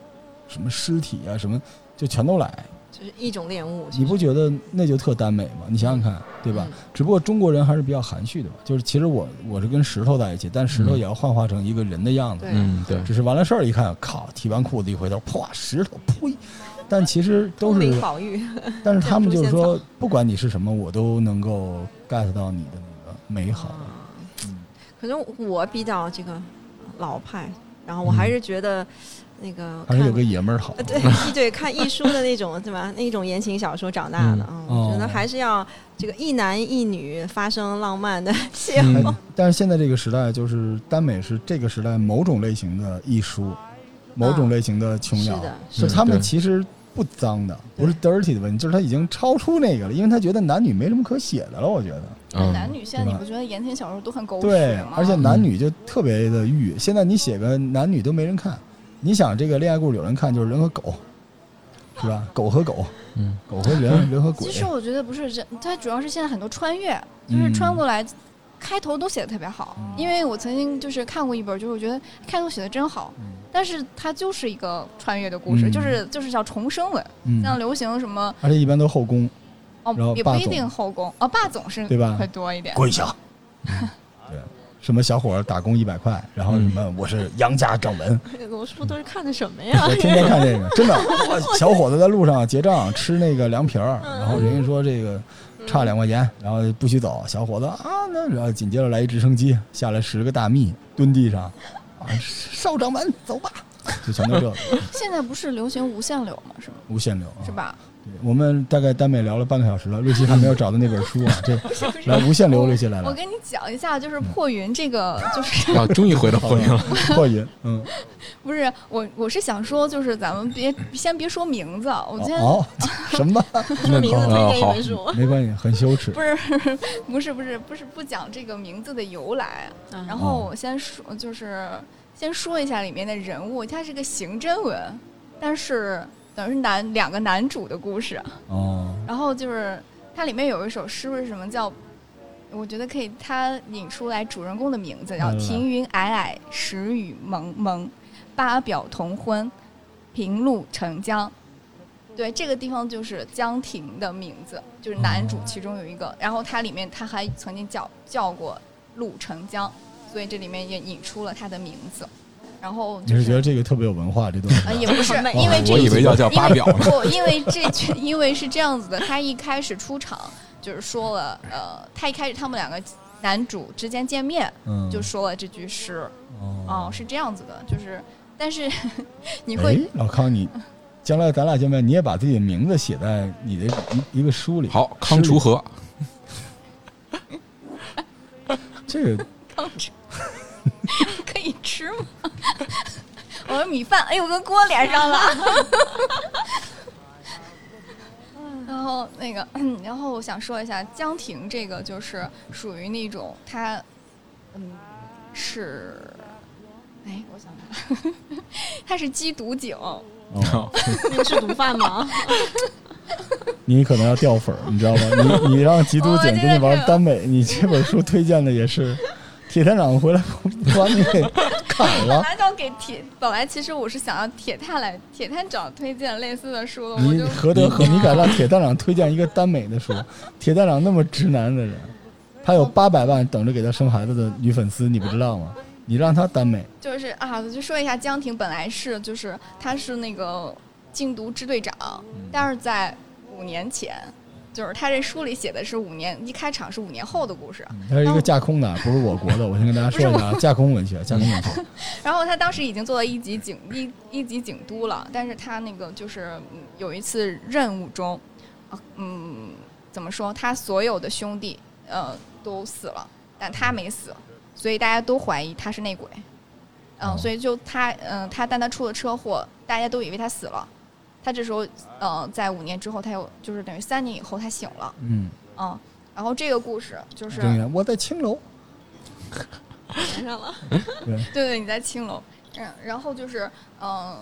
A: 什么尸体啊什么，就全都来。
D: 就是一种恋物。
A: 你不觉得那就特耽美吗？你想想看，对
D: 嗯
A: 吧？只不过中国人还是比较含蓄的吧，就是其实我我是跟石头在一起，但石头
E: 嗯
A: 也要幻化成一个人的样子。
D: 对
E: 嗯，对，
A: 只是完了事儿一看，靠，提完裤子一回头，啪，石头，呸！但其实都
D: 通灵
A: 是，
D: 宝玉，
A: 但是他们就是
D: 这样
A: 说
D: 诛仙，
A: 不管你是什么，我都能够 get 到你的嗯那个美好。
D: 嗯可能我比较这个老派，然后我还是觉得那个
A: 嗯还是
D: 看
A: 有个爷们儿好
D: 呃， 对对，看艺书的那种对吧？那种言情小说长大的啊
A: 嗯，
D: 我觉
A: 哦
D: 得还是要这个一男一女发生浪漫的邂
E: 嗯
D: 逅。
A: 哎但是现在这个时代，就是耽美是这个时代某种类型的艺术，某种类型啊的琼瑶
D: 嗯是的，
E: 是的
A: 他们
E: 对
A: 其实不脏的，不是 dirty 的问题，就是他已经超出那个了，因为他觉得男女没什么可写的了，我觉得。
E: 嗯
C: 男女现在
A: 对
C: 你
A: 吧
C: 不觉得言情小说都很狗
A: 对
C: 血吗？，
A: 而且男女就特别的欲，现在你写个男女都没人看，你想这个恋爱故事有人看，就是人和狗，是 吧？狗和狗，
E: 嗯，
A: 狗和人，人和鬼
C: 其，实我觉得不是人，它主要是现在很多穿越，就
A: 嗯
C: 是穿过来，开头都写的特别好。因为我曾经就是看过一本，就是我觉得开头写的真好，但是它就是一个穿越的故事，
A: 嗯
C: 就是就是叫重生文，
A: 嗯，
C: 像流行什么
A: 而且一般都后宫，
C: 哦
A: 然后，
C: 也
A: 霸
C: 不一
A: 总
C: 定后宫哦，霸总是
A: 对吧
C: 会多一点。
A: 跪 下，对，什么小伙儿打工一百块，然后什么
C: 嗯
A: 我是杨家掌门，
D: 罗叔都是看的什 么呀
A: 我？天天看这个，真 的，哇小伙子在路上结账吃那个凉皮儿，
C: 嗯
A: 然后人家说这个差两块钱，然后不许走，小伙子啊，那然后紧接着来一直升机，下来十个大蜜蹲地上，啊，少掌门走吧，就全都这个
C: 现在不是流行无限流吗？是吗？
A: 无限流啊
C: 是。吧？
A: 对我们大概耽美聊了半个小时了，瑞希还没有找到那本书 啊，这
C: 不是
A: 来无限流，瑞希来
C: 我
A: 了，嗯
C: 跟你讲一下，就是破云这个，就是
E: 啊，终于回到婚姻了，
A: 破云，嗯，
C: 不是我，我是想说，就是咱们别先别说名字，啊我今天
A: 哦，什么？
D: 说名字推荐一
E: 好
D: 本书，
A: 没关系，很羞耻
C: 不。是不是不是不是不讲这个名字的由来，
D: 嗯然
C: 然后我先说就是先说一下里面的人物，它是个刑侦文，但是等于是男两个男主的故事，
A: 哦，
C: 然后就是它里面有一首诗，不是什么叫？我觉得可以，它引出来主人公的名字，
A: 来
C: 叫
E: 嗯
A: 来来
C: 庭云霭霭，时雨蒙蒙，八表同昏，平路成江。对，这个地方就是江亭的名字，就是男主
A: 哦
C: 其中有一个。然后它里面他还曾经叫叫过陆成江，所以这里面也引出了他的名字。然后
A: 你
C: 就是
A: 觉得这个特别有文化，这东西
C: 呃，也不是
D: 很美
C: 因为这
E: 我以
C: 一
E: 为 要叫八表呢。
C: 不，因为这句，因为是这样子的，他一开始出场就是说了，呃，他一开始他们两个男主之间见面
A: 嗯，
C: 就说了这句诗，哦，是这样子的，就是，但是 你
A: 哎
C: 会，
A: 老康， 你将来咱俩见面，你也把自己的名字写在你的一一个书里。
E: 好，康
A: 诗里
E: 楚 河，
A: 这个
C: 刚吃，可以吃吗？ 我的米饭，哎呦，跟锅连上了。 然后那个， 然后我想说一下江婷这个，就是属于那种她，嗯，是，哎，我想想， 她是缉毒警，
A: 哦
D: 那个是毒贩 吗？
A: 你可能要掉粉儿，你知道吗？你你让缉
C: 哦
A: 毒警跟你玩耽美，你这本书推荐的也 是铁探长回来把你给砍
C: 本
A: 了。
C: 来要给铁，本来其实我是想要铁探来铁探长推荐类似的书的，我
A: 你
C: 就
A: 何德何？你敢让铁探长推荐一个耽美的书？铁探长那么直男的人，他有八百万等着给他生孩子的女粉丝，你不知道吗？你让他耽美，
C: 就是啊，我就说一下江婷，本来是就是她是那个禁毒支队长，但是在五年前，就是她这书里写的是五年一开场是五年后的故事，
A: 他是一个架空的，不是我国的。我先跟大家说一下，啊，架空文学，架空文 学。
C: 然后她当时已经做到一级警一一级警督了，但是她那个就是嗯有一次任务中，啊嗯，怎么说？她所有的兄弟呃都死了，但她没死，所以大家都怀疑她是内鬼。嗯、
A: 哦
C: 所以就她嗯、她但她出了车祸，大家都以为她死了。她这时候呃，在五年之后，她又就是等于三年以后她醒了，
A: 嗯，
C: 嗯、然啊后这个故事就是
A: 对呀，我在青楼。
D: 连上了，
C: 对对，你在青楼。嗯，然后就是嗯。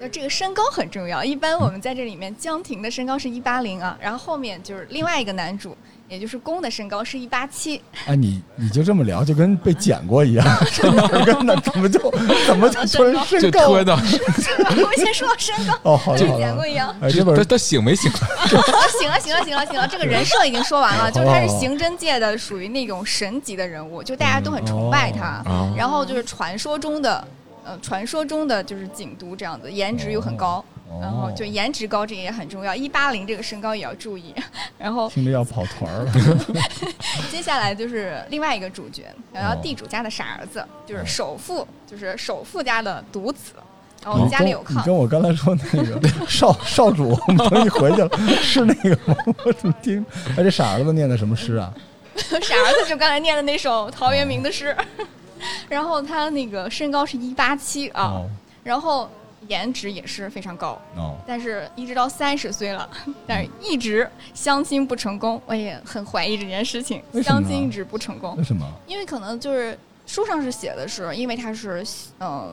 C: 那这个身高很重要，一般我们在这里面，江婷的身高是一八零啊，然后后面就是另外一个男主，也就是公的身高是一八七，
A: 哎，你你就这么聊，就跟被剪过一样， 这哪儿跟哪儿怎么 就怎么就突然
E: 就
A: 身高
E: 拖？到
C: 我们先说到身高，
A: 哦，好
C: 就
A: 了好
C: 讲
A: 了
C: 过，一样。
A: 哎，这
E: 就
A: 本
E: 他他醒没醒？
C: 啊，行了，行了，行了，行了，这个人设已经说完了，就是他是刑侦界的属于那种神级的人物，就大家都很崇拜他，
E: 哦
C: 然后就是传说中的，呃，传说中的就是警督这样子，颜值又很高，然后
A: 哦，
C: 就颜值高这也很重要，一八零这个身高也要注意。 然后
A: 听着要跑团 儿了，
C: 接下来就是另外一个主角，然后地主家的傻儿子，
A: 嗯
C: 就是首富，就是首富家的独子，然后
A: 你
C: 哦家
A: 跟
C: 里有
A: 哦你
C: 炕，
A: 跟我刚才说那个 少少主，我们等你回 去了，是那个吗？ 我怎么听？哎，这傻儿子念的什么诗啊？
C: 傻儿子就刚才念的那首陶渊明的诗， 然后他那个身高是一八七啊，
A: 哦
C: 然后颜值也是非常高，
A: 哦，
C: 但是一直到三十岁了， 但是一直相亲不成功，我也很怀疑这件事情，
A: 为什么
C: 相
A: 啊
C: 亲一直不成功
A: 为，什么？啊
C: 因为可能就是书上是写的是，因为他是嗯。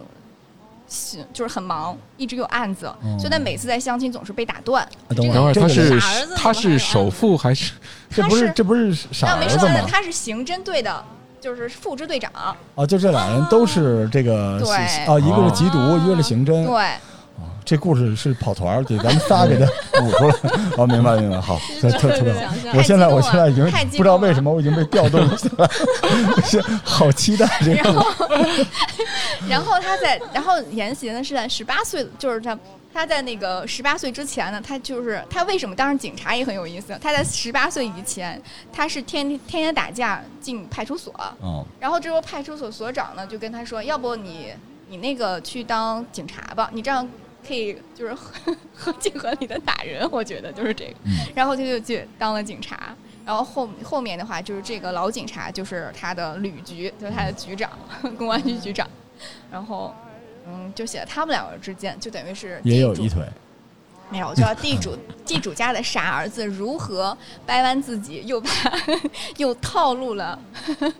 C: 喜就是很忙，一直有案子，
A: 嗯
C: 所以他每次在相亲总是被打断。
A: 哎等
E: 等会儿
A: 这
E: 他
A: 个
E: 是
D: 傻儿子
E: 他
D: 怎么还有
E: 是首富还是
A: 这不
C: 他
A: 是
C: 是
A: 这不是
C: 那
A: 傻
C: 我
A: 儿
C: 没
A: 子
C: 说完呢，
A: 吗？
C: 他是刑侦队的，就是副支队长。
A: 哦，就这俩人都是这个
C: 哦对
A: 啊，一个是缉毒，一个是刑侦。
C: 对，
A: 这故事是跑团儿，得 咱们仨给他补出来。哦，明白明白，好，特 特特别好。
D: 想象
A: 我现在我现在
C: 太激动了
A: 已经
C: 太
A: 不
C: 激动
A: 知
C: 了
A: 道为什么我已经被调动起 来了，我现在好期待这
C: 然
A: 个。
C: 后， 然后他在，然后严刑呢是在十八岁，就是他他在那个十八岁之前呢，他就是他为什么当上警察也很有意思。他在十八岁以前，他是天天天天打架进派出所，
A: 哦，
C: 然后这时候派出所所长呢就跟他说，要不你你那个去当警察吧，你这样。可以，就是 合合情合理的打人，我觉得就是这个。
A: 嗯
C: 然后他就去当了警察，然后后后面的话就是这个老警察就是他的旅局，就是他的 局长，公安局局长，然后。嗯，就写他们两个之间，就等于是
A: 也
C: 地
A: 有
C: 主
A: 一腿，
C: 没有，就要 地主地主家的傻儿子如何掰弯自己，又把 又套路了，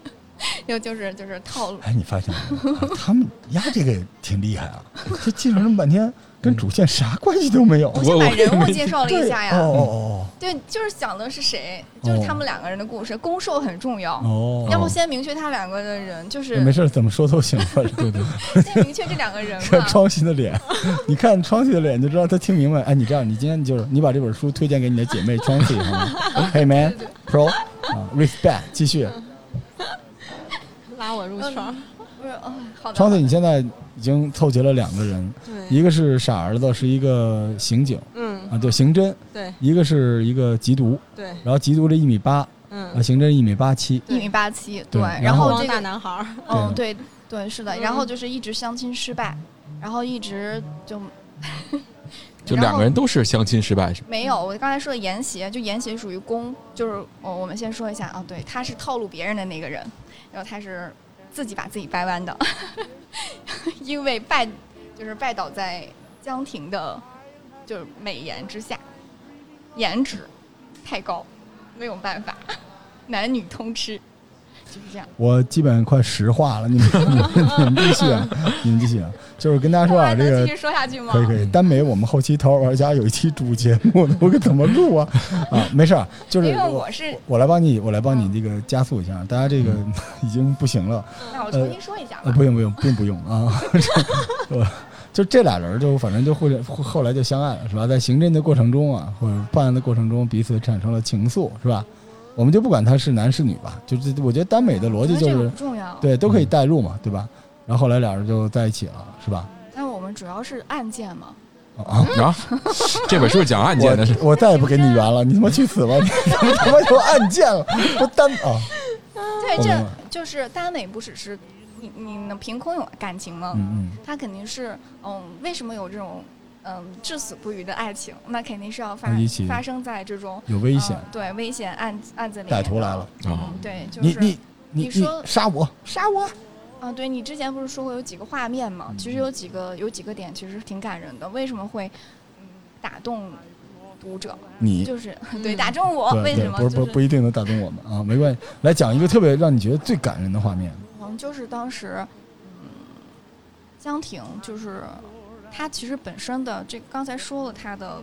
C: 又就是就是套路。
A: 哎，你发现没有？啊他们压这个挺厉害啊，这介绍这么半天，跟主线啥关系都没有。
C: 我先
E: 我
C: 把
E: 我
C: 人物介绍了一
A: 对，
C: 下呀，
A: 哦
C: 对，就是讲的是谁，就是他们两个人的故事，攻受很重要
A: 哦，哦，哎
C: 要不先明确他两个的人，就是
A: 没事儿，怎么说都行，反正
E: 对对
C: 先明确这两 个人
A: 看
C: 嘛。
A: 窗曦的脸，你看窗曦的脸就知道他听明白。哎，你这样，你今天就是你把这本书推荐给你的姐妹窗曦，好吗？Hey man, pro, 啊 respect，继续。
D: 拉我入圈儿。
C: 不是，哦，好的。
A: 窗曦，你现在已经凑齐了两个人，一
D: 对，
A: 个是傻儿子，是一个刑警
D: 嗯，
A: 啊，对，刑侦；
D: 对
A: 一个是一个缉毒，
D: 对，
A: 然后缉毒这一米八，啊，
D: 嗯，
A: 刑侦一米八七。
C: 一米八七，
A: 对然
C: 然
A: 后
C: 后
D: 光
C: 这
D: 大
C: 个，
D: 男孩儿，
C: 嗯，对对是的，
D: 嗯
C: 然后就是一直相亲失败，然后一直就
E: 就两个人都是相亲失败是吧？
C: 没
A: 嗯
C: 有。我刚才说的严邪，就严邪属于攻，就是我我们先说一下啊，对，他是套路别人的那个人，然后他是自己把自己掰弯的， 因为拜就是拜倒在江婷的，就是美颜之下，颜值太高，没有办法， 男女通吃，就是这样。
A: 我基本快石化了，你们你们你们继续，啊，你们继续啊，就是跟大家说啊，
C: 还
A: 这
C: 能
A: 个
C: 继续说下去吗？
A: 可以可以，耽美我们后期《头玩家》有一期主节目，我可怎么录啊？ 啊，没事儿，就是
C: 因为
A: 我嗯
C: 我是，
A: 我来帮你，我来帮你这个加速一下，大家这个 已经不行了，
C: 那我重新说一下
A: 呃，
C: 吧。
A: 不用不用，并不用啊， 我就这俩人就反正就后来后来就相爱了，是吧？在刑侦的过程中啊，或者办案的过程中，彼此产生了情愫，是吧？我们就不管他是男是女吧，就是我觉得耽美的逻辑
C: 我
A: 就
C: 觉得这个
A: 是嗯
C: 不重要。，
A: 对都可以代入嘛，对吧？然后后来俩人就在一起了，是吧？
C: 但我们主要是案件嘛。
A: 啊。
E: 啊，这本书讲案件的是
A: 我我再也不给你圆了，你他妈去死吧！ 你他妈他妈有案件了，不单啊，
C: 对，
A: 我明白
C: 哎这就是耽美不只是你你能凭空有感情吗？
A: 嗯
C: 它肯定是嗯，为什么有这种嗯至死不渝的爱情？那肯定是要发
A: 那一起
C: 发生在这种
A: 嗯，有危险，
C: 嗯对危险案案子里面
A: 歹
C: 的。
A: 徒来了，
E: 啊
C: 嗯，，对，就
A: 你
C: 是
A: 你你
C: 你说
A: 杀我杀我，
C: 啊，对你之前不是说过有几个画面嘛？其
A: 嗯
C: 实有几个有几个点其实挺感人的，为什么会嗯打动读者？
A: 你
C: 就是
D: 嗯
C: 对打中我，
A: 对
C: 为
A: 对，
C: 什么？
A: 不是不
C: 就是
A: 不一定能打动我们啊，没关系，来讲一个特别让你觉得最感人的画面，
C: 好像就是当时，嗯，江婷就是她其实本身的这刚才说了她的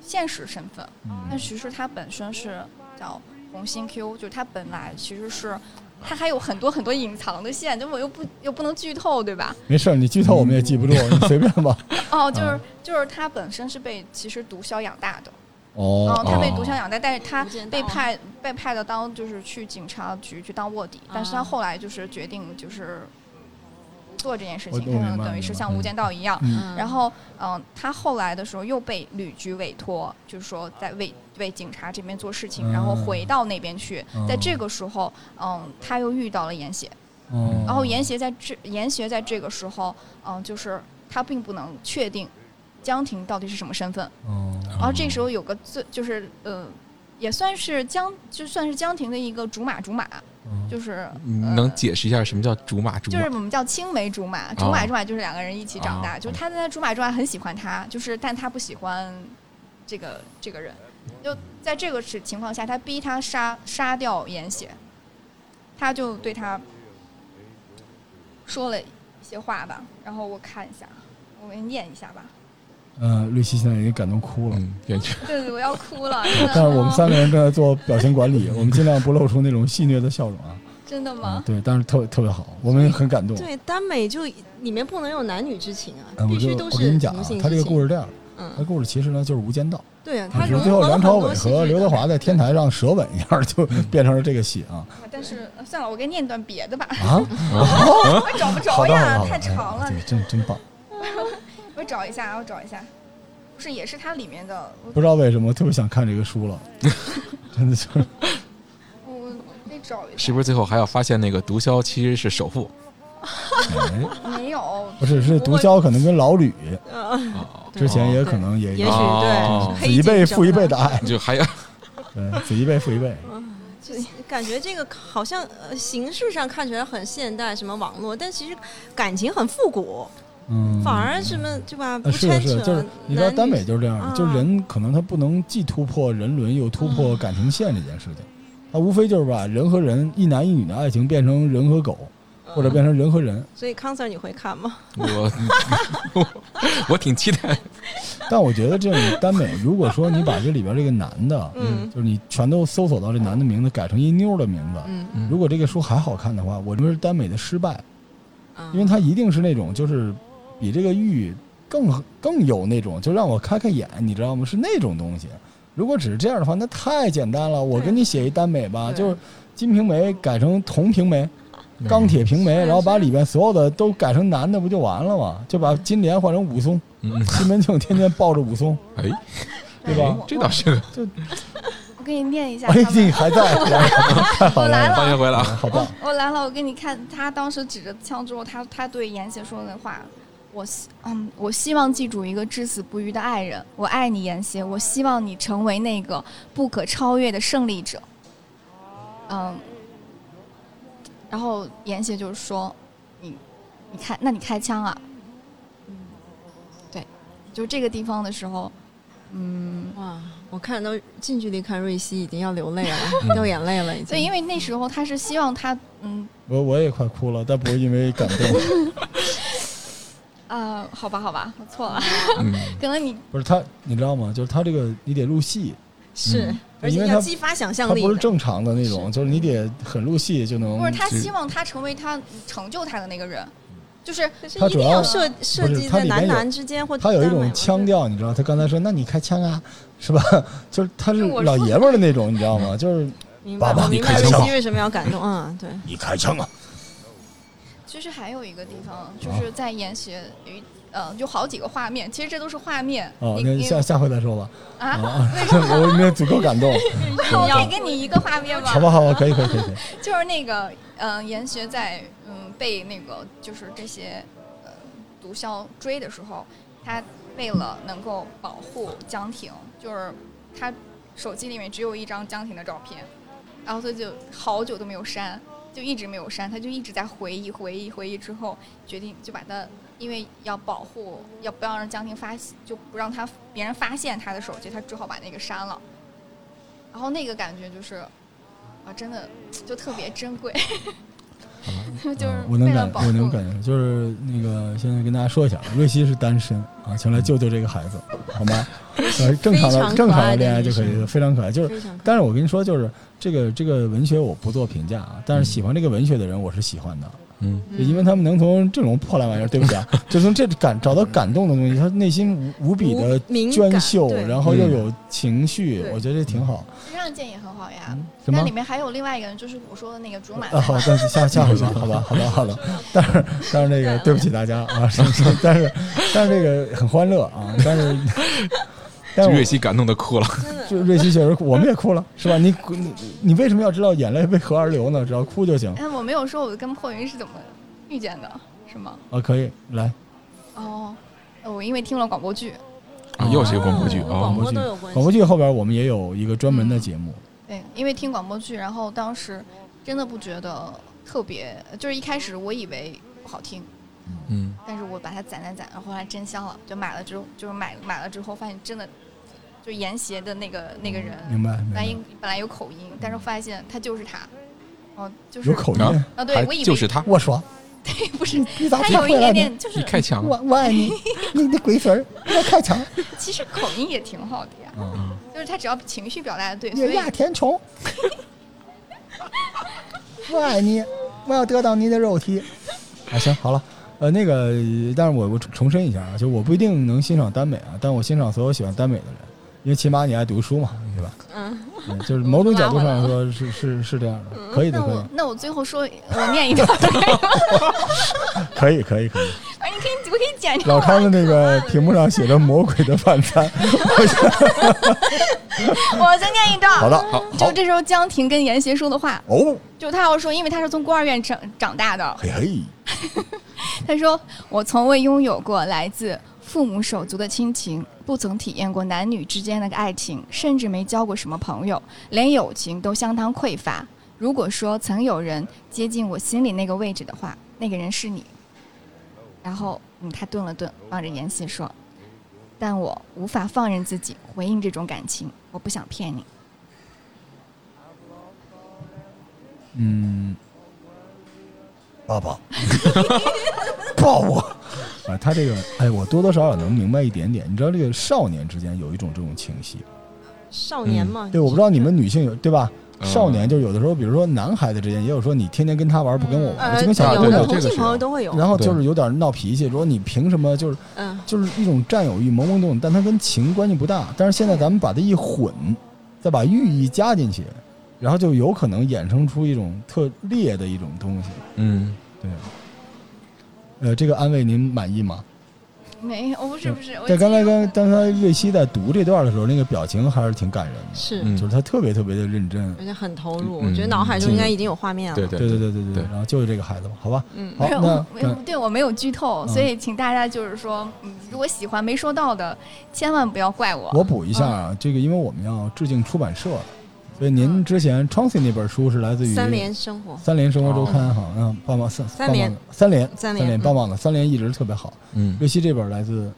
C: 现实身份，
A: 嗯
C: 但其实她本身是叫红心 Q，就是她本来其实是她还有很多很多隐藏的线，就我又不又不能剧透，对吧？
A: 没事儿，你剧透我们也记 不住，你随便吧。
C: 哦，就是、
A: 啊
C: 就是她本身是被其实毒枭养大的，
A: 哦
C: 嗯，她被
E: 哦
C: 毒枭养大，但是她
D: 无间道
C: 被派被派的当就是去警察局去当卧底，但是她后来就是决定就是不做这件事
A: 我
C: 情，
A: 我明白
C: 她等于
A: 明
C: 是
A: 白
C: 像《无
A: 嗯
C: 间道》一样。
A: 嗯
C: 然后，嗯、她后来的时候又被旅局委托，就是说在为为警察这边做事情，然后
A: 嗯
C: 回到那边去。嗯在这个时候，嗯，她又遇到了严邪，
A: 哦，
C: 然后严邪在这严邪在这个时候，嗯，就是他并不能确定江婷到底是什么身份。
A: 哦，
C: 然后这时候有个最就是呃，也算是江就算是江婷的一个竹马竹马，
A: 嗯
C: 就是
E: 你
C: 呃
E: 能解释一下什么叫竹马竹
C: 就
E: 马？
C: 是我们叫青梅竹马，竹马竹马就是两个人一起长大，
E: 哦
C: 就是他在竹马竹马很喜欢他，就是但他不喜欢这个这个人，就在这个是情况下，他逼他杀杀掉严邪，他就对他说了一些话吧，然后我看一下，我给你念一下吧，
A: 嗯，绿西现在已经感动哭了。
E: 嗯，感觉
C: 对，我要哭了，真的
A: 但是我们
C: 吗
A: 三个人正在做表情管 理，我们尽量不露出那种戏谑的笑容啊。
C: 真的
A: 啊
C: 吗？
A: 对，但是特别特别好，我们很感动。
D: 对，耽美就里面不能有男女之情啊
A: 嗯，
D: 必
A: 我就
D: 须都
A: 我跟
D: 是
A: 你讲
D: 同
A: 啊
D: 性，之
A: 他这个
D: 情
A: 故事这样，他
D: 嗯，
A: 故事其实呢就是《无间道》，
D: 对啊，
A: 你
D: 他
A: 说
D: 融
A: 最
D: 合
A: 后
D: 了
A: 梁
D: 很
A: 朝
D: 多
A: 伟
D: 戏
A: 和
D: 剧
A: 刘德
D: 的
A: 华在天台上舌吻一下， 就变成了这个戏啊
C: 但是呃算了，我给你念一段别的吧，
A: 啊！
C: 我找不
A: 好的
C: 着呀
A: 好，的，
C: 太长
A: 好的
C: 了
A: 对，，真真棒。
C: 我找一下，我找一下，不是也是它里面的，我
A: 不知道为什么我特别想看这个 书了，真的就是
C: 我我得找一下，
E: 是不是最后还要发现那个毒枭其实是首富？
A: 哎，
C: 没有，
A: 不是是毒枭，可能跟老吕
D: 嗯，
E: 哦
A: 之前也
D: 对
A: 可能也
D: 也
A: 有啊
D: 许
E: 哦
D: 对，
A: 子一辈父一辈的
D: 的，
A: 爱，
E: 就还要
A: 对，子一辈父一 辈，
D: 就感觉这个好像呃形式上看起来很现代，什么网络，但其实感情很复古，
A: 嗯，
D: 反而什么对吧？不
A: 呃是的
D: 牵
A: 是
D: 扯
A: 的，就是你知道
D: 男
A: 耽
D: 女
A: 美就是这样的，就是
D: 啊嗯
A: 人可能他不能既突破人伦又突破感情线这件事情，他无非就是把人和人一男一女的爱情变成人和狗，
D: 嗯
A: 或者变成人和人。
D: 所以康 Sir 你会看吗？
E: 我 我我挺期待，
A: 但我觉得这种耽美，如果说你把这里边这个男的，
D: 嗯
A: 就是你全都搜索到这男的名字改成一妞的名字，
D: 嗯
E: 嗯
A: 如果这个书还好看的话，我认为是耽美的失败，
D: 啊
A: 因为它一定是那种就是比这个玉更更有那种，就让我开开眼，你知道吗？是那种东西。如果只是这样的话，那太简单了。我给你写一耽美吧，
D: 对
A: 就是《金瓶梅》改成《铜瓶梅》。钢铁瓶梅，
D: 是
A: 然后把里边所有的都改成男的，不就完了吗？就把金莲换成武松，
E: 嗯，嗯
A: 西门庆天天抱着武松，
E: 哎，
A: 对吧
E: 哎这倒是，
C: 我给你念一下
A: 哎
C: 他，
A: 你
C: 们。
A: 还在， 太好
C: 我来
A: 了，
E: 欢迎回来啊！
A: 好棒！
C: 哦我来了，我给你看，他当时指着枪之后，他他对严邪说的话，我希嗯，我希望记住一个至死不渝的爱人，我爱你，严邪，我希望你成为那个不可超越的胜利者。嗯，然后严邪就是说，你你开，那你开枪啊？对，就这个地方的时候，嗯，
D: 哇，我看到近距离看瑞希已经要流 泪
E: 嗯
D: 了，掉眼泪了已经。
C: 对，因为那时候他是希望他嗯
A: 我我也快哭了，但不是因为感动，
C: 啊、好吧好吧，我错了，
E: 嗯，
C: 可能你
A: 不是他，你知道吗？就是他这个你得入戏，
D: 是
E: 嗯，
D: 而
A: 因
D: 且
A: 为
D: 要
A: 它
D: 激发想
A: 他
D: 象力
A: 不是
D: 的
A: 正常的那种，就是你得很入戏就能
C: 不是他
E: 这
C: 希望他成为他成就他的那个人，
A: 嗯
C: 就是
D: 可是
A: 它
D: 一
A: 主
D: 定
A: 要
D: 要设设
A: 不是
D: 计
A: 它
D: 在
A: 里面
D: 男
A: 有
D: 男之间或
A: 他有一
D: 耽美
A: 种
D: 嘛
A: 腔，调，你知道，他刚才说那你开枪啊， 是吧？就是他是
C: 就我
A: 老
C: 说嗯
A: 爷们儿的那种，你知道吗？就是
D: 明
A: 爸
D: 白
A: 爸
D: 我
A: 你
D: 明白
A: 开
D: 瑞
A: 枪
D: 希为什么要感动啊？对，
A: 你开枪啊，
C: 其实还有一个地方就是在研学与呃有好几个画面，其实这都是画面。
A: 哦，
C: 你
A: 那
C: 你
A: 下下回再说吧。
C: 啊，
A: 啊， 我没有足够感动，
C: 我可以给 你一个画面吗？
A: 好吧，好吧，可以，可以，可以，可以。
C: 就是那个嗯、呃，研学在嗯被那个就是这些呃毒枭追的时候，他为了能够保护江婷，就是他手机里面只有一张江婷的照片，然后他就好久都没有删，就一直没有删，他就一直在回忆回忆回忆之后，决定就把他。因为要保护，要不要让江婷发，就不让他别人发现他的手机，他只好把那个删了。 然后那个感觉就是，啊，真的就特别珍贵。就是
A: 嗯我能
C: 为了
A: 感
C: 保
A: 我能
C: 护。
A: 感觉，就是那个现在跟大家说一下，瑞希是单身啊，前来救救这个孩子，好吗？呃，正常
D: 非
A: 的
D: 常
A: 正
D: 可
A: 常
D: 爱
A: 的
D: 的
A: 恋爱
D: 女
A: 就可以
D: 生
A: 了，非常可爱。就是，
D: 非常
A: 但是我跟你说，就是这个这个文学我不做评价啊，但是喜欢这个文学的人我是喜欢的，
E: 嗯，
A: 因为他们能从这种破烂玩意儿，对不起啊，就从这感找到感动的东西，他内心无无比的
D: 敏
A: 娟
D: 感
A: 秀，
D: 对
A: 然后又
E: 嗯
A: 有情绪，
D: 对
A: 我觉得这挺好。
C: 这样建议很好呀
A: 嗯，什么
C: 但里面还有另外一个人，就是我说的那个竹马
A: 啊，好，但是下下回吧，好吧，好吧，好了。但是但是这个对不起大家啊，是是但是但是这个很欢乐啊，但是但
E: 瑞
A: 是
E: 希感动的哭了，
D: 真的
A: 我就瑞希确实哭，我们也哭了，是吧？你你你为什么要知道眼泪为何而流呢？只要哭就行
C: 哎，我没有说我跟破云是怎么遇见的，是吗？
A: 啊，可以来
C: 哦，我因为听了广播剧，
E: 啊又是一个广播剧
D: 哦广！
E: 啊
D: 播都有关系
A: 广播剧嗯后边我们也有一个专门的节目，
C: 对，因为听广播剧，然后当时真的不觉得特别，就是一开始我以为不好听，
E: 嗯，
C: 但是我把它攒攒攒，然后后来真香了，就买了之后，就是买买了之后发现真的，就研协的那个那个人，
A: 嗯明白？明
C: 本来
A: 白
C: 应本来有口音，但是发现他就是他，哦，就是
A: 有口音
E: 啊，
C: 啊，对
E: 还
C: 我以为
E: 就是他，
A: 我说
C: 不是，
A: 你咋
C: 他
A: 不
C: 有一
A: 回来
C: 点
A: 呢？
C: 点就是
E: 你，开枪
A: 我我爱你，你的鬼孙儿，我开枪，
C: 其实口音也挺好的呀，
A: 啊，
E: 嗯
C: 就是他只要情绪表达的对，所
A: 月
C: 以
A: 牙填充， 我爱你，我要得到你的肉体。啊，行，好了，呃，那个，但是我我重重申一下啊，就我不一定能欣赏耽美啊，但我欣赏所有喜欢耽美的人，因为起码你爱读书嘛，对吧？
D: 嗯，
A: 嗯就是某种角度上说是是是这样的，可以的，
C: 嗯
A: 可以，
C: 那我那我最后说，我念一段，
A: 可以，可以，可以。
C: 哎，你可以我可以剪掉
A: 老
C: 啊
A: 康的那个屏幕上写着“魔鬼的晚餐”，
C: 我再念一段。
A: 好的，
E: 好
C: 就
E: 好，
C: 这时候，江婷跟严邪说的话，
A: 哦，
C: 就他要说，因为他是从孤儿院长长大的，
A: 嘿嘿，
C: 他说：“我从未拥有过来自父母手足的亲情，不曾体验过男女之间的爱情，甚至没交过什么朋友，连友情都相当匮乏。如果说曾有人接近我心里那个位置的话，那个人是你。”然后，嗯，他顿了顿，望着妍希说：“但我无法放任自己回应这种感情，我不想骗你。
A: 嗯，
G: 爸爸，
A: 抱我。啊，他这个，哎，我多多少少能明白一点点。你知道，这个少年之间有一种这种情系，
D: 少年嘛，
A: 对，我不知道你们女性有对吧？
E: 嗯
A: 少年就有的时候，比如说男孩子之间，也有说你天天跟他玩不跟我玩，
D: 呃，
A: 就跟小
E: 啊
A: 姑
D: 有
A: 娘
D: 的
E: 对这
D: 同
E: 个
D: 性
E: 是
D: 朋友
E: 有
D: 都会有，
A: 然后就
E: 对
A: 是有点闹脾气，说你凭什么就是
D: 嗯，
A: 就是一种占有欲、懵懵懂懂，但它跟情关系不大。但是现在咱们把它一混，再把寓意加进去，然后就有可能衍生出一种特烈的一种东西。
E: 嗯，
A: 对，呃，这个安慰您满意吗？”
C: 没有，不是不是，我
A: 在刚才
C: 记得
A: 刚刚才瑞希在读这段的时候，那个表情还是挺感人的，
D: 是，
E: 嗯
A: 就是他特别特别的认真。
D: 而且很投入，
E: 嗯
D: 我觉得脑海中应该已经有画面了，
E: 对
D: 对，
E: 对
A: 对对对对对，
E: 对
A: 然后就是这个孩子吧，好吧，
D: 嗯
A: 好，
C: 不是
A: 那
C: 我没有， 对我没有剧透，
A: 嗯
C: 所以请大家就是说，嗯如果喜欢没说到的，千万不要怪我。
A: 我补一下
D: 嗯
A: 啊，这个因为我们要致敬出版社，所以您之前 Chauncey 那本书是来自于
D: 三联生活，
A: 三联生活周刊哈，嗯，棒棒三
D: 三
A: 棒棒
D: 联
A: 的三联
D: 三联
A: 联
D: 嗯
A: 棒棒的三联一直特别好。
E: 嗯，
A: 瑞希这本来自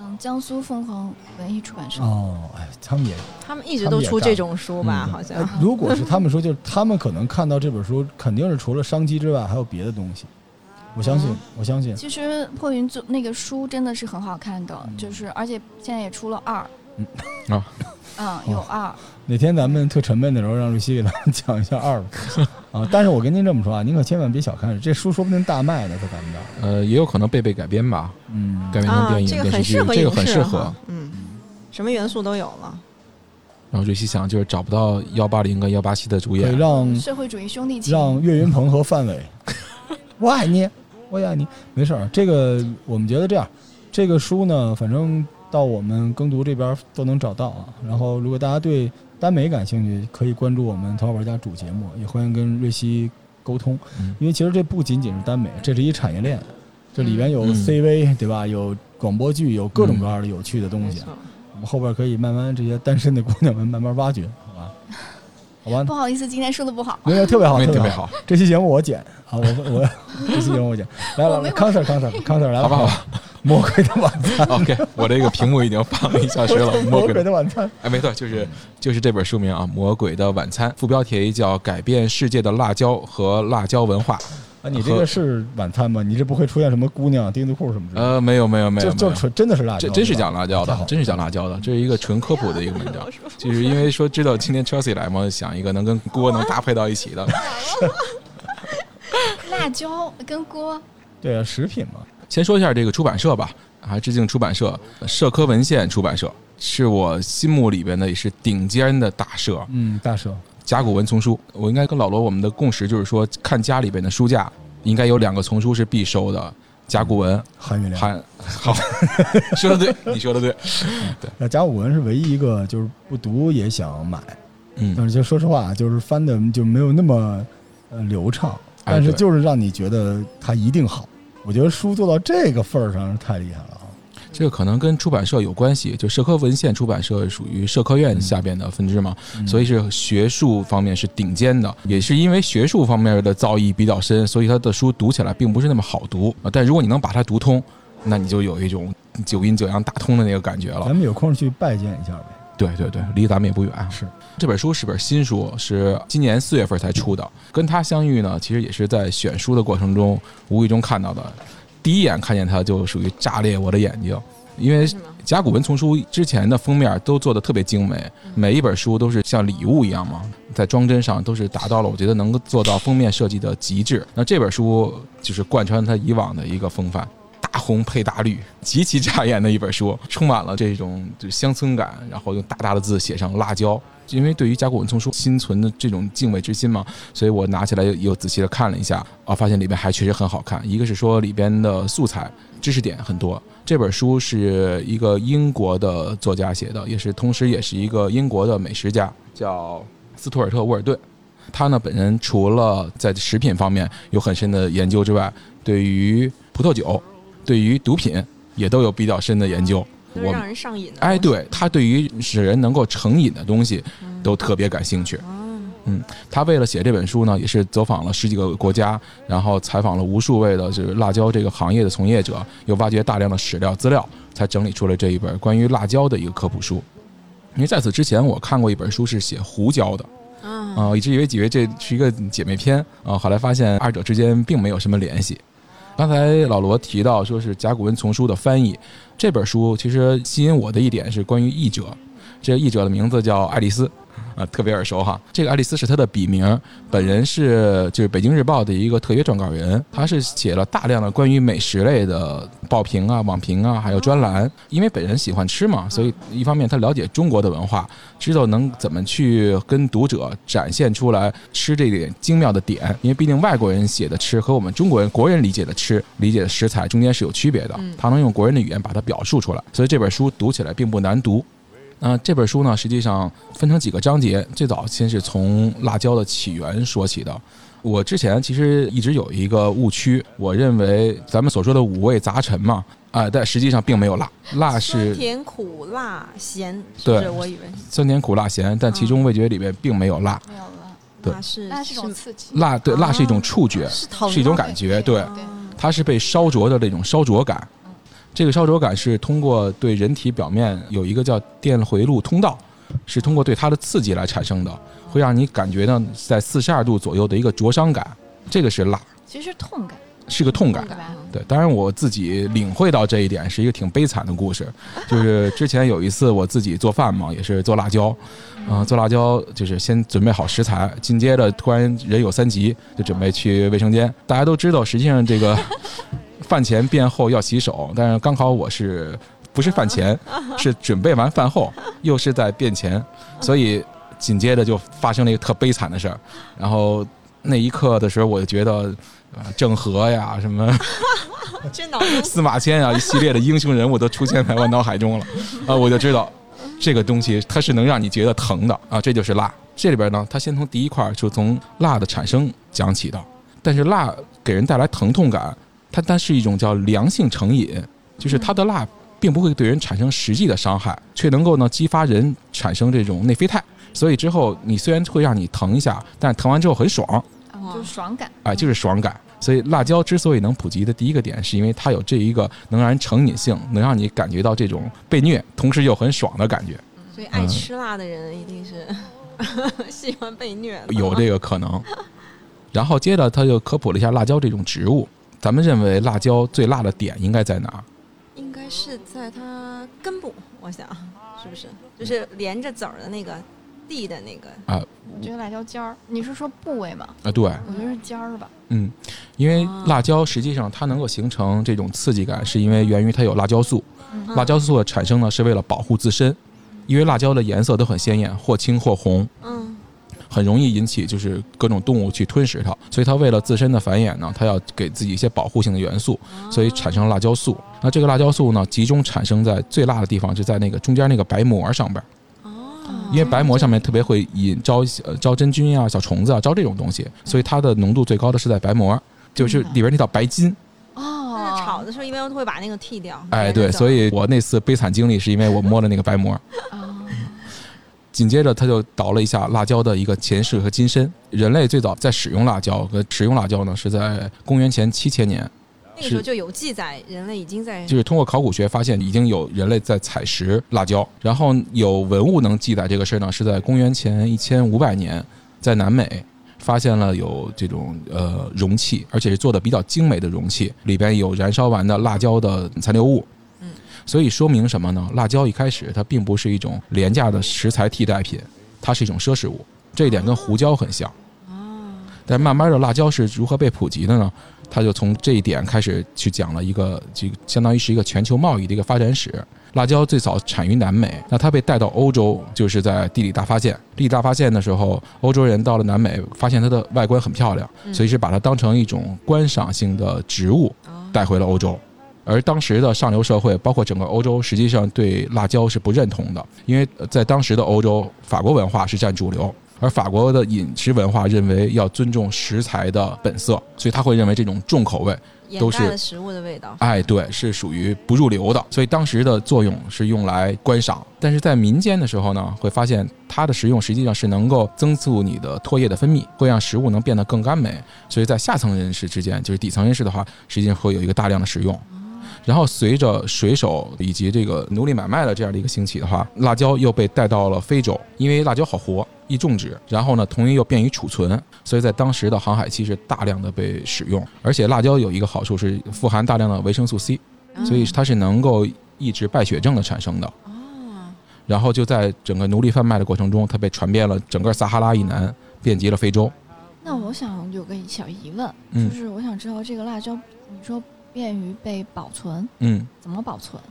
C: 嗯，江苏凤凰文艺出版社，
A: 哦，哎，他们也
D: 他们一直都出这种书吧，
A: 嗯
D: 啊好
A: 哎
D: 像，
A: 如果是他们说，就是他们可能看到这本书，肯定是除了商机之外还有别的东西。我相信
D: 嗯，
A: 我相信，
C: 其实破云做那个书真的是很好看的，
A: 嗯
C: 就是而且现在也出了二，
E: 嗯啊
C: 嗯，有
A: 哦
C: 二，
A: 哪天咱们特沉闷的时候，让瑞希给咱们讲一下二吧。啊，但是我跟您这么说啊，您可千万别小看这书，说不定大卖呢，在咱们这儿。
E: 呃，也有可能贝贝改编吧，
A: 嗯，
E: 改编成
D: 啊，
E: 电影、
D: 这个
E: 电视
D: 很
E: 剧
D: 适，合
E: 这
D: 影
E: 个很
D: 视
E: 适
D: 哈
E: 合。，
D: 嗯，什么元素都有了，
E: 然后瑞希想，就是找不到幺八零跟幺八七的主
A: 可以
E: 演，
A: 让
C: 社会主义兄弟
A: 嗯
C: 情，
A: 让岳云鹏和范伟，我爱你，我也爱你，没事儿。这个我们觉得这样，这个书呢，反正到我们耕读这边都能找到啊。然后，如果大家对耽美感兴趣，可以关注我们《头号玩家》主节目，也欢迎跟瑞希沟通，
E: 嗯
A: 因为其实这不仅仅是耽美，这是一产业链，这里边有
E: 嗯
A: CV、对吧？有广播剧，有各种各样的有趣的东
D: 没
A: 西。
D: 错，
A: 我们后边可以慢慢这些单身的姑娘们慢慢挖掘，好吧？好吧
C: 不，好意思，今天说的不好，
A: 没有特别好，
E: 没
A: 特
E: 特别
A: 别好。
E: 好，
A: 这期节目我剪啊，我 我这期节目我剪。来来来，康 Sir 康 Sir 康 Sir 来
E: 好吧，好
A: 吧，
E: 吧
A: 魔鬼的晚餐，
E: ，OK，我这个屏幕已经放了一 小时了，魔
A: 魔
E: 鬼
A: 鬼
E: 的，
A: 的晚餐。
E: 哎，没错，就是就是这本书名啊，《魔鬼的晚餐》，副标题叫《改变世界的辣椒和辣椒文化》。
A: 啊，你这个是晚餐吗？你这不会出现什么姑娘钉子裤什么之类的？
E: 呃，没有没有没有，
A: 就就
E: 没有
A: 纯真的是辣椒，
E: 这真是
A: 对吧
E: 讲辣椒
A: 太好
E: 的，
A: 了
E: 真是讲辣椒的，这是一个纯科普的一个文章。就是因为说知道今天 Chelsea 来嘛，想一个能跟锅能搭配到一起的。
C: 辣椒跟锅，
A: 对啊，食品嘛，
E: 先说一下这个出版社吧，还致敬出版社，社科文献出版社是我心目里边的也是顶尖的大社。
A: 嗯，大蛇，
E: 甲骨文丛书，我应该跟老罗我们的共识就是说，看家里边的书架，应该有两个丛书是必收的，甲骨文、
A: 含月亮。
E: 汉，好， 说的对，你说的对，
A: 那甲骨文是唯一一个就是不读也想买，
E: 嗯，
A: 但是就说实话，就是翻的就没有那么呃流畅，
E: 哎
A: 但是
E: 对
A: 就是让你觉得它一定好。我觉得书做到这个份儿上太厉害了啊！
E: 这个可能跟出版社有关系，就社科文献出版社属于社科院下边的分支嘛，
A: 嗯
E: 所以是学术方面是顶尖的，也是因为学术方面的造诣比较深，所以他的书读起来并不是那么好读，啊但如果你能把它读通，那你就有一种九阴九阳大通的那个感觉了
A: 咱。们有空去拜见一下呗。
E: 对对对，离咱们也不远。
A: 是
E: 这本书是本新书，是今年四月份才出的。跟他相遇呢，其实也是在选书的过程中无意中看到的。第一眼看见它就属于炸裂我的眼睛，因为
D: 是吗？
E: 甲骨文丛书之前的封面都做的特别精美，每一本书都是像礼物一样嘛，在装帧上都是达到了我觉得能够做到封面设计的极致。那这本书就是贯穿它以往的一个风范。大红配大绿，极其扎眼的一本书，充满了这种就是乡村感，然后用大大的字写上“辣椒”，因为对于甲骨文丛书心存的这种敬畏之心嘛，所以我拿起来又仔细的看了一下，啊，发现里边还确实很好看。一个是说里边的素材知识点很多，这本书是一个英国的作家写的，也是同时也是一个英国的美食家，叫斯图尔特·沃尔顿。他呢本人除了在食品方面有很深的研究之外，对于葡萄酒、对于毒品也都有比较深的研究。
D: 就
E: 我
D: 是让人上瘾的。
E: 哎，，对他对于使人能够成瘾的东西都特别感兴趣。
D: 嗯，
E: 他为了写这本书呢，也是走访了十几个国家，然后采访了无数位的就是辣椒这个行业的从业者，又挖掘大量的史料资料，才整理出了这一本关于辣椒的一个科普书。因为在此之前，我看过一本书是写胡椒的，
D: 啊，
E: 啊、我一直以为以为这是一个姐妹篇啊、后来发现二者之间并没有什么联系。刚才老罗提到说是甲骨文丛书的翻译，这本书其实吸引我的一点是关于译者，这个译者的名字叫爱丽丝，啊、特别耳熟哈。这个爱丽丝是她的笔名，本人是就是北京日报的一个特约撰稿人，她是写了大量的关于美食类的报评啊、网评啊，还有专栏。因为本人喜欢吃嘛，所以一方面她了解中国的文化，知道能怎么去跟读者展现出来吃这点精妙的点，因为毕竟外国人写的吃和我们中国人国人理解的吃理解的食材中间是有区别的，他能用国人的语言把它表述出来，所以这本书读起来并不难读。那、这本书呢，实际上分成几个章节，最早先是从辣椒的起源说起的。我之前其实一直有一个误区，我认为咱们所说的五味杂陈嘛，啊、但实际上并没有辣，辣
D: 酸
E: 是
D: 甜苦辣咸，是
E: 对
D: 不是我以为
E: 酸甜苦辣咸，但其中味觉里面并没有辣。
C: 没有了，
E: 对
D: 辣是
C: 那是一种刺激，
E: 辣对，
D: 啊
E: 辣是一种触觉，
D: 是疼
E: 是一种
D: 吗
E: 感觉，对，
C: 对，
E: 它是被烧灼的那种烧灼感。这个烧灼感是通过对人体表面有一个叫电回路通道，是通过对它的刺激来产生的，会让你感觉呢在四十二度左右的一个灼伤感，这个是辣，
C: 其实是痛感，
E: 是个痛感
C: 痛。感，
D: 啊
E: 对，当然我自己领会到这一点是一个挺悲惨的故事，就是之前有一次我自己做饭嘛，也是做辣椒，啊、做辣椒就是先准备好食材，紧接着突然人有三急，就准备去卫生间。大家都知道，实际上这个饭前便后要洗手，但是刚好我是不是饭前，是准备完饭后，又是在便前，所以紧接着就发生了一个特悲惨的事儿。然后那一刻的时候，我就觉得。啊郑和呀，什么
D: 这脑子
E: 司马迁啊，一系列的英雄人物都出现在我脑海中了，啊，我就知道这个东西它是能让你觉得疼的啊，这就是辣。这里边呢，它先从第一块儿就从辣的产生讲起的，但是辣给人带来疼痛感，它它是一种叫良性成瘾，就是它的辣并不会对人产生实际的伤害，却能够呢激发人产生这种内啡肽。所以之后，你虽然会让你疼一下，但是疼完之后很爽，
C: 就是爽感，
E: 啊，就是爽感。所以辣椒之所以能普及的第一个点，是因为它有这一个能让人成瘾性，能让你感觉到这种被虐，同时又很爽的感觉，
D: 所以爱 吃辣的人一定是喜欢被虐的。
E: 有这个可能。然后接着他就科普了一下辣椒这种植物，咱们认为辣椒最辣的点应该在哪儿？
D: 应该是在它根部，我想是不是就是
E: 嗯
D: 连着籽儿的那个地的那个
A: 嗯
C: 我觉得辣椒尖儿，你是说部位吗？
E: 啊，对，
C: 我觉得是尖儿吧。
E: 嗯，因为
D: 啊
E: 辣椒实际上它能够形成这种刺激感，是因为源于它有辣椒素。
C: 嗯
D: 嗯
E: 辣椒素的产生呢，是为了保护自身，因为辣椒的颜色都很鲜艳，或青或红，
D: 嗯
E: 很容易引起就是各种动物去吞食它。所以它为了自身的繁衍呢，它要给自己一些保护性的元素，
D: 哦
E: 所以产生了辣椒素。那这个辣椒素呢，集中产生在最辣的地方，就在那个中间那个白膜上边儿，
D: 哦，
E: 因为白膜上面特别会引招呃招真菌啊、小虫子啊、招这种东西，所以它的浓度最高的是在白膜，就是里边那道白筋。
C: 哦，
D: 但是炒的时候一般都会把那个剃掉。
E: 哎，
D: 连着
E: 对，
D: 籽儿
E: 所以我那次悲惨经历是因为我摸了那个白膜。
C: 啊，
E: 紧接着他就倒了一下辣椒的一个前世和今生。人类最早在使用辣椒，呃，使用辣椒呢是在公元前七千年，
D: 那个时候就有记载，人类已经在
E: 就是通过考古学发现已经有人类在采食辣椒，然后有文物能记载这个事儿呢是在公元前一千五百年，在南美。发现了有这种呃容器，而且是做的比较精美的容器，里边有燃烧完的辣椒的残留物。
D: 嗯，
E: 所以说明什么呢？辣椒一开始它并不是一种廉价的食材替代品，它是一种奢侈物。这一点跟胡椒很像。
D: 哦，
E: 但慢慢的，辣椒是如何被普及的呢？他就从这一点开始去讲了一个，这个相当于是一个全球贸易的一个发展史。辣椒最早产于南美，那它被带到欧洲，就是在地理大发现。地理大发现的时候，欧洲人到了南美，发现它的外观很漂亮，
D: 嗯
E: 所以是把它当成一种观赏性的植物
D: 哦
E: 带回了欧洲。而当时的上流社会，包括整个欧洲，实际上对辣椒是不认同的，因为呃在当时的欧洲，法国文化是占主流，而法国的饮食文化认为要尊重食材的本色，所以他会认为这种重口味，
D: 哦掩
E: 都
D: 盖
E: 是
D: 了食物的味道。
E: 哎，对，是属于不入流的。所以当时的作用是用来观赏，但是在民间的时候呢，会发现它的食用实际上是能够增速你的唾液的分泌，会让食物能变得更甘美。所以在下层人士之间，就是底层人士的话，实际上会有一个大量的使用。然后随着水手以及这个奴隶买卖的这样的一个兴起的话，辣椒又被带到了非洲，因为辣椒好活，易种植，然后呢，同时又便于储存，所以在当时的航海期是大量的被使用。而且辣椒有一个好处是富含大量的维生素 C，所
D: 嗯
E: 以它是能够抑制败血症的产生的。
D: 哦，
E: 然后就在整个奴隶贩卖的过程中，它被传遍了整个撒哈拉以南，遍及了非洲。
C: 那我想有个小疑问，
E: 嗯
C: 就是我想知道这个辣椒，你说便于被保存，
E: 嗯，
C: 怎么保存？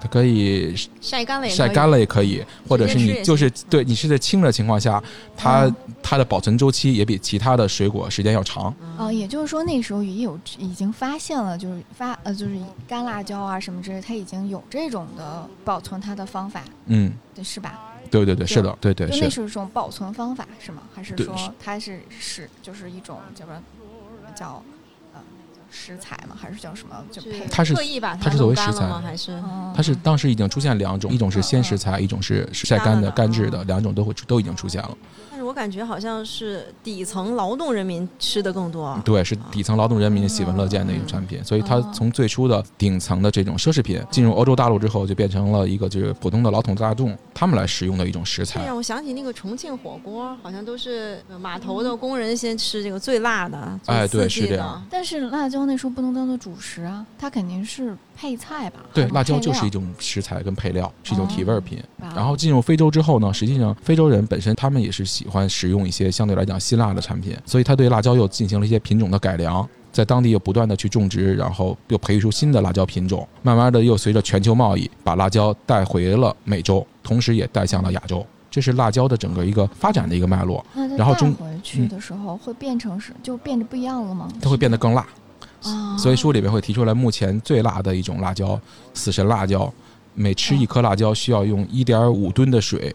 E: 它可以
D: 晒干了也可以
E: 晒干了也可以，或者是
D: 直接吃
E: 你
D: 也
E: 就是
D: 行
E: 对你是在清的情况下，
C: 嗯
E: 它它的保存周期也比其他的水果时间要长。
D: 嗯
C: 哦、也就是说那时候也有已经发现了，就是发呃就是干辣椒啊什么之类，它已经有这种的保存它的方法，
E: 嗯，
C: 对是吧？
E: 对对对，是的，对对
C: 就是那
E: 的。
C: 是一种保存方法是吗？还是
E: 对
C: 说
E: 是
C: 它是是就是一种叫什么叫呃叫食材吗？还是叫什么？就配
E: 它是
D: 特意把
E: 它是作
D: 弄
E: 为
D: 干
E: 食
D: 了
E: 材
D: 吗？还是
C: 嗯
E: 它是当时已经出现两种，一种是鲜食材，一种是晒干的、干制的，两种都会出都已经出现了。
D: 但是我感觉好像是底层劳动人民吃的更多。
E: 对，是底层劳动人民喜闻乐见的一种产品，所以它从最初的顶层的这种奢侈品进入欧洲大陆之后，就变成了一个就是普通的老统大众他们来使用的一种食
D: 这
E: 材。
D: 让我想起那个重庆火锅，好像都是呃码头的工人先吃这个最辣的，最
E: 哎对
D: 刺激
E: 是这
D: 的
E: 样
C: 但是辣椒那时候不能当做主食啊，它肯定是配菜吧？
E: 对，
C: 还有
E: 辣椒
C: 配
E: 就是
C: 料
E: 一种食材跟配料，是一种提味儿品。
C: 吧
E: 然后进入非洲之后呢，实际上非洲人本身他们也是喜欢食用一些相对来讲辛辣的产品，所以他对辣椒又进行了一些品种的改良，在当地又不断的去种植，然后又培育出新的辣椒品种，慢慢的又随着全球贸易把辣椒带回了美洲，同时也带向了亚洲。这是辣椒的整个一个发展的一个脉络，
C: 那它
E: 然后
C: 带
E: 中
C: 回去的时候会变成是就变得不一样了吗？
E: 嗯它会变得更辣。
C: 啊，
E: 所以书里面会提出来，目前最辣的一种辣椒——死神辣椒，每吃一颗辣椒需要用一点五吨的水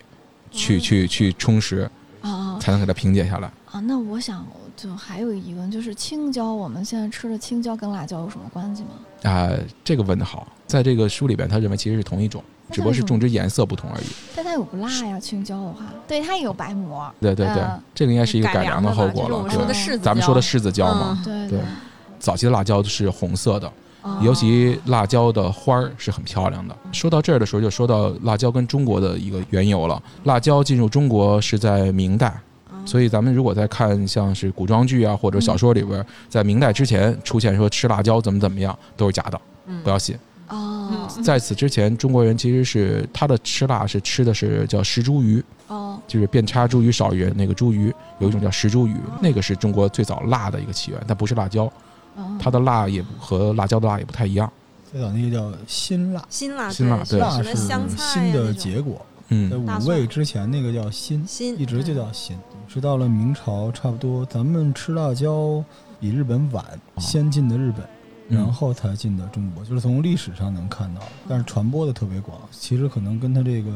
E: 去去去充实，
C: 啊啊
E: 才能给它平解下来。
C: 啊！那我想就还有疑问，就是青椒，我们现在吃的青椒跟辣椒有什么关系吗？
E: 啊、这个问得好，在这个书里边，他认为其实是同一种，
C: 那
E: 只不过是
C: 它为什么
E: 种植颜色不同而已。
C: 但它有不辣呀，青椒的话，对，它也有白膜。
E: 对对对，
C: 嗯
E: 这个应该是一个
D: 改
E: 改
D: 良
E: 良的
D: 吧
E: 后果
D: 就是我
E: 了。
D: 们
E: 对
D: 说的柿子椒，
E: 咱们说的柿子椒
D: 嗯
E: 嘛，
C: 对
E: 对早期的辣椒是红色的，
C: 哦
E: 尤其辣椒的花儿是很漂亮的。说到这儿的时候，就说到辣椒跟中国的一个缘由了。辣椒进入中国是在明代，
D: 嗯，
E: 所以咱们如果在看像是古装剧啊或者小说里
D: 嗯
E: 边，在明代之前出现说吃辣椒怎么怎么样都是假的，
H: 嗯
E: 不要信。
C: 哦
E: 在此之前，中国人其实是他的吃辣是吃的是叫石茱萸，
C: 哦，
E: 就是遍插茱萸少鱼那个茱萸，有一种叫石茱萸，那个是中国最早辣的一个起源，它不是辣椒，
C: 嗯
E: 它的辣也和辣椒的辣也不太一样。
A: 最早那个叫辛辣，
D: 辛辣
E: 辛辣对
A: 辣
D: 啊什么
A: 是
D: 香菜
A: 辛
D: 呀
A: 的
D: 那种
A: 结果，在
E: 嗯，
D: 大
A: 五
D: 蒜嗯
A: 味之前那个叫辛，
D: 辛
A: 一直就叫辛，直到了明朝差不多，咱们吃辣椒比日本晚，
E: 啊
A: 先进的日本。
E: 嗯
A: 然后才进的中国，就是从历史上能看到，但是传播的特别广。其实可能跟它这个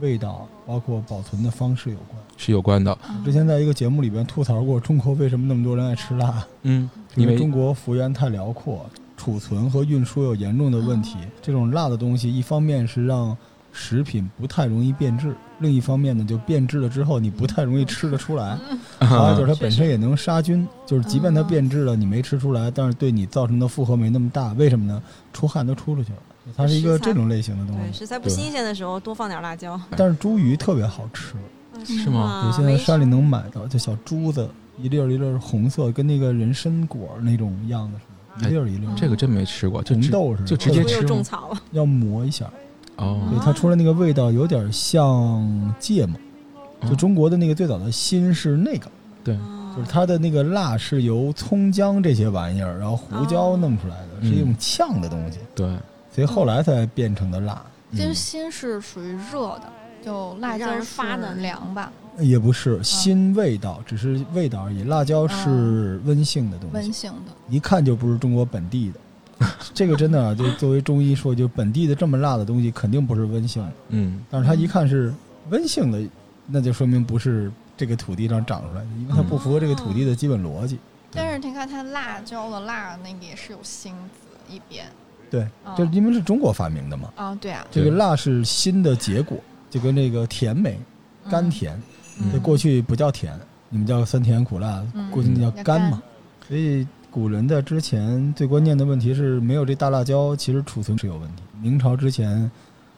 A: 味道，包括保存的方式有
D: 啊
A: 关。
E: 是有关的。
A: 之
C: 嗯
A: 前在一个节目里边吐槽过，中国为什么那么多人爱吃辣，
E: 嗯，
A: 因
E: 因
A: 为
E: 为
A: 中国幅员太辽阔，储存和运输有严重的问题。这种辣的东西，一方面是让食品不太容易变质，另一方面呢，就变质了之后你不太容易吃得出来。还有就是它本身也能杀菌，就是即便它变质了，你没吃出来，但是对你造成的负荷没那么大。为什么呢？出汗都出出去了，它是一个
D: 食材
A: 这种类型的东
D: 嗯对，
A: 西。
D: 食材不
A: 对
D: 新鲜的时候多放点辣椒。
A: 但是猪鱼特别好吃，
E: 是
A: 我
E: 吗？
D: 啊，
A: 现在
D: 没
A: 山里能买到，就小珠子，一粒儿一粒儿红色，跟那个人参果儿那种样子似的，一粒儿一粒儿。
E: 这个真没吃过，就
A: 红
E: 直
A: 豆似的，
E: 就直
D: 我
E: 接
D: 又
E: 吃
D: 种
E: 吗
D: 草了，
A: 要磨一下，对
E: 哦，
A: 它出来那个味道有点像芥末，
E: 哦
A: 就中国的那个最早的辛是那个，
E: 对，
D: 啊
A: 就是它的那个辣是由葱姜这些玩意儿，然后胡椒弄出来的，是一
E: 嗯
A: 种呛的东西，
E: 对，
A: 所以后来才变成的辣，
C: 其实
E: 嗯
C: 辛是属于热的，就辣
D: 让
C: 椒
D: 人发的那
C: 是
D: 种
C: 凉吧，
A: 也不是辛味道，只是味道而已。辣椒是温性的
E: 嗯
A: 东
C: 温
A: 西，
C: 性的。
A: 一看就不是中国本地的。 这个真的啊，就作为中医说，就本地的这么辣的东西肯定不是温性的。
E: 嗯，
A: 但是它一看是温性的，那就说明不是这个土地上长出来的，因为它不符合这个土地的基本逻辑。
C: 但是你看它辣椒的辣那个也是有辛字一边
A: 对，
C: 嗯
A: 就是因为是中国发明的嘛，
C: 啊，对啊，
A: 这个
E: 对
A: 辣是新的结果，就跟这个甜美、甘甜，
E: 嗯
A: 这过去不叫甜，你们叫酸甜苦辣，
C: 嗯
A: 过去那叫甘嘛
C: 嗯。
A: 所以古人在之前最关键的问题是没有这大辣椒，其实储存是有问题。明朝之前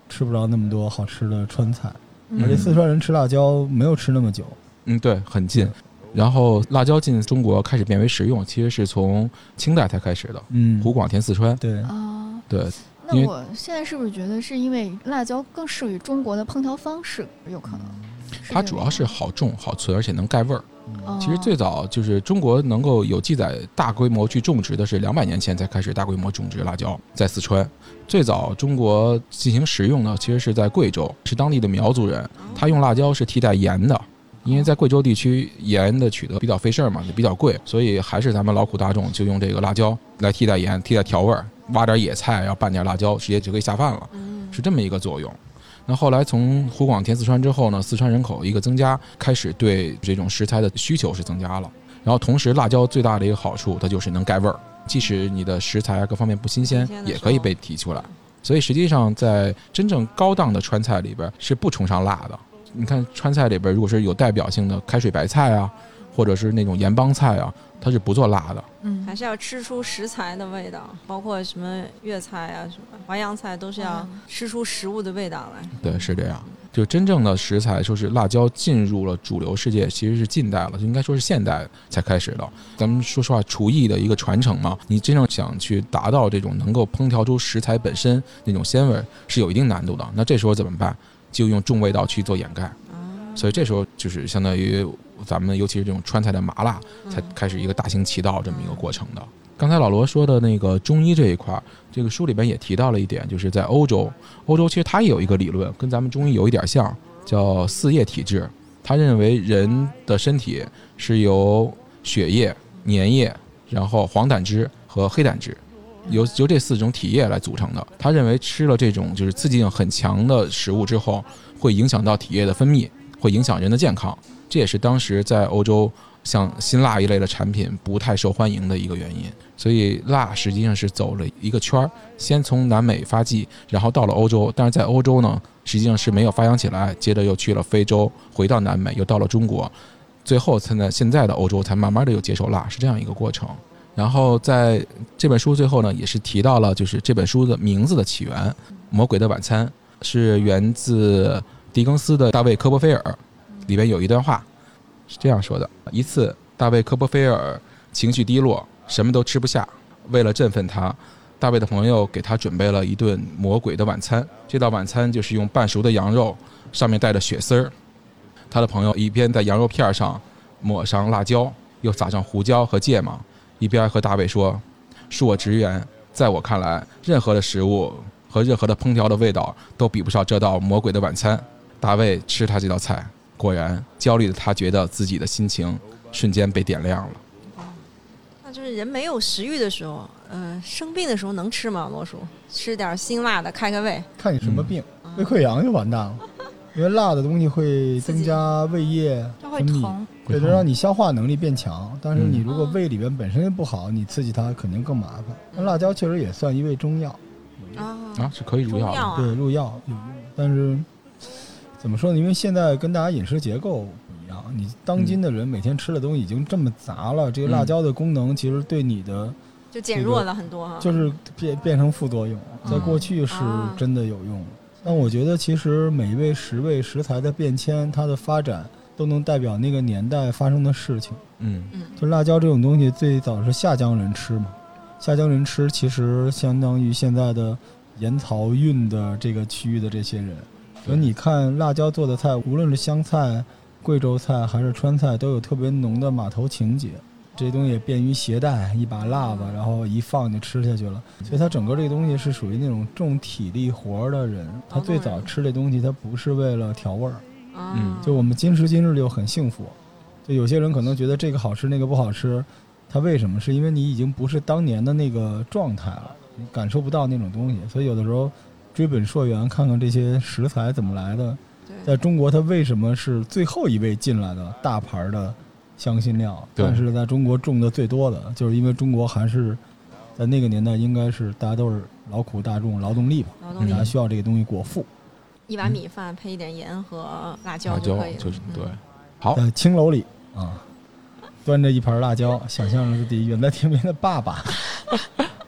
A: 吃不着那么多好吃的川菜，
C: 嗯
A: 而且四川人吃辣椒没有吃那么久，
E: 嗯，对，很近。然后辣椒进中国开始变为食用，其实是从清代才开始的，
A: 嗯，
E: 湖广填四川。
A: 对。
C: 啊。
E: 对，
C: 那
E: 因为
C: 我现在是不是觉得是因为辣椒更适于中国的烹调方式？有可能，是
E: 嗯它
C: 这
E: 主
C: 个
E: 要是好种、好存，而且能盖味儿。
C: 哦
E: 其实最早就是中国能够有记载大规模去种植的是两百年前才开始大规模种植辣椒，在四川。最早中国进行食用呢，其实是在贵州，是当地的苗族人，他用辣椒是替代盐的。因为在贵州地区，盐的取得比较费事儿嘛，也比较贵，所以还是咱们劳苦大众就用这个辣椒来替代盐，替代调味儿，挖点野菜，然后拌点辣椒，直接就可以下饭了，是这么一个作
D: 嗯
E: 用。那后来从湖广填四川之后呢，四川人口一个增加，开始对这种食材的需求是增加了。然后同时，辣椒最大的一个好处，它就是能盖味儿，即使你的食材啊各方面不新鲜
D: 新鲜，的
E: 也可以
D: 时候
E: 被提出来。所以实际上，在真正高档的川菜里边是不崇尚辣的。你看川菜里边，如果是有代表性的开水白菜啊，或者是那种盐帮菜啊，它是不做辣的。
C: 嗯
D: 还是要吃出食材的味道，包括什么粤菜啊、什么淮扬菜，都是要
C: 嗯
D: 吃出食物的味道来。
E: 对，是这样。就真正的食材，就是辣椒进入了主流世界，其实是近代了，就应该说是现代才开始的。咱们说实话，厨艺的一个传承嘛，你真正想去达到这种能够烹调出食材本身那种鲜味，是有一定难度的。那这时候怎么办？就用重味道去做掩盖。所以这时候就是相当于咱们尤其是这种川菜的麻辣，
D: 嗯
E: 嗯才开始一个大行其道这么一个过程的。刚才老罗说的那个中医这一块儿，这个书里边也提到了一点，就是在欧洲，欧洲其实它也有一个理论，跟咱们中医有一点像，叫四液体质。他认为人的身体是由血液、粘液，然后黄胆汁和黑胆汁，由由这四种体液来组成的。他认为吃了这种就是刺激性很强的食物之后，会影响到体液的分泌，会影响人的健康。这也是当时在欧洲像辛辣一类的产品不太受欢迎的一个原因。所以辣实际上是走了一个圈儿，先从南美发迹，然后到了欧洲，但是在欧洲呢，实际上是没有发扬起来，接着又去了非洲，回到南美，又到了中国，最后现在现在的欧洲才慢慢的又接受辣，是这样一个过程。然后在这本书最后呢，也是提到了就是这本书的名字的起源，《魔鬼的晚餐》是源自狄更斯的《大卫·科波菲尔》，里边有一段话，是这样说的：一次，大卫科波菲尔情绪低落，什么都吃不下。为了振奋他，大卫的朋友给他准备了一顿魔鬼的晚餐。这道晚餐就是用半熟的羊肉，上面带着血丝儿。他的朋友一边在羊肉片上抹上辣椒，又撒上胡椒和芥末，一边和大卫说：“恕我直言，在我看来，任何的食物和任何的烹调的味道都比不上这道魔鬼的晚餐。”大卫吃他这道菜，果然焦虑的他觉得自己的心情瞬间被点亮了。
D: 那就是人没有食欲的时候，呃，生病的时候能吃吗？罗叔，吃点辛辣的开开胃。
A: 看你什么病，
D: 啊
A: 胃溃疡就完蛋了，因为辣的东西会增加胃液
C: 它会
A: 分泌，
C: 疼，
A: 对，就让你消化能力变强。但是
E: 嗯
A: 你如果胃里边本身就不好，你刺激它肯定更麻烦。那辣椒确实也算一味中药，
E: 啊
D: 啊，，
E: 是可以入
D: 中
E: 药的。
D: 药啊，
A: 对，入药有用，但是怎么说呢？因为现在跟大家饮食结构不一样，你当今的人每天吃的东西已经这么杂了，这个辣
E: 嗯
A: 椒的功能其实对你的
D: 就减弱了很多哈。
A: 就是变变成副作用，在过去是
D: 啊
A: 真的有用的。但我觉得，其实每一味食味食材的变迁，它的发展都能代表那个年代发生的事情。
E: 嗯
A: 就辣椒这种东西，最早是下江人吃嘛，下江人吃其实相当于现在的盐漕运的这个区域的这些人。所以你看，辣椒做的菜，无论是湘菜、贵州菜还是川菜，都有特别浓的码头情节。这些东西也便于携带，一把辣吧，然后一放就吃下去了。所以它整个这个东西是属于那种重体力活儿的人，他最早吃这东西，他不是为了调味儿。
D: 啊
E: 嗯
A: 就我们今时今日就很幸福，就有些人可能觉得这个好吃那个不好吃，他为什么？是因为你已经不是当年的那个状态了，你感受不到那种东西，所以有的时候追本溯源，看看这些食材怎么来的，
D: 对
A: 在中国它为什么是最后一位进来的大牌儿的香辛料，
E: 对
A: 但是在中国种的最多的，就是因为中国还是在那个年代应该是大家都是劳苦大众劳动力吧，
D: 劳动力
A: 大家需要这个东西果腹。
D: 一碗米饭配一点盐和辣椒
E: 辣
D: 就
E: 椒
D: 可以了。
E: 就是
D: 嗯
E: 对，，好，
A: 在青楼里啊，端着一盘辣椒，想象着自己远在天边的爸爸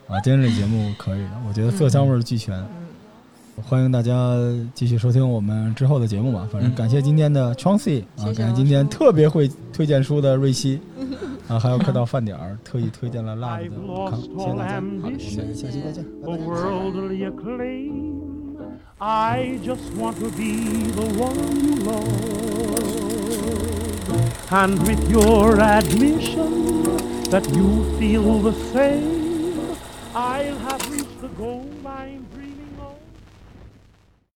A: 啊。今天这节目可以的，我觉得色香味儿俱全。
D: 嗯，
A: 欢迎大家继续收听我们之后的节目吧。反正
E: 嗯
A: 感谢今天的 Chauncey 啊，
D: 谢谢
A: 感谢今天
D: 老师
A: 特别会推荐书的瑞希啊，还有快到饭点儿特意推荐了辣的
B: I've
A: 武康。
B: lost
A: 谢谢
B: all
A: 大家，
B: ambition
A: 下期再见，拜
B: for
A: 拜。
B: worldly acclaim. I just want to be the one you love. And with your admission that you feel the same, I'll have reached the goal I'm dreaming of.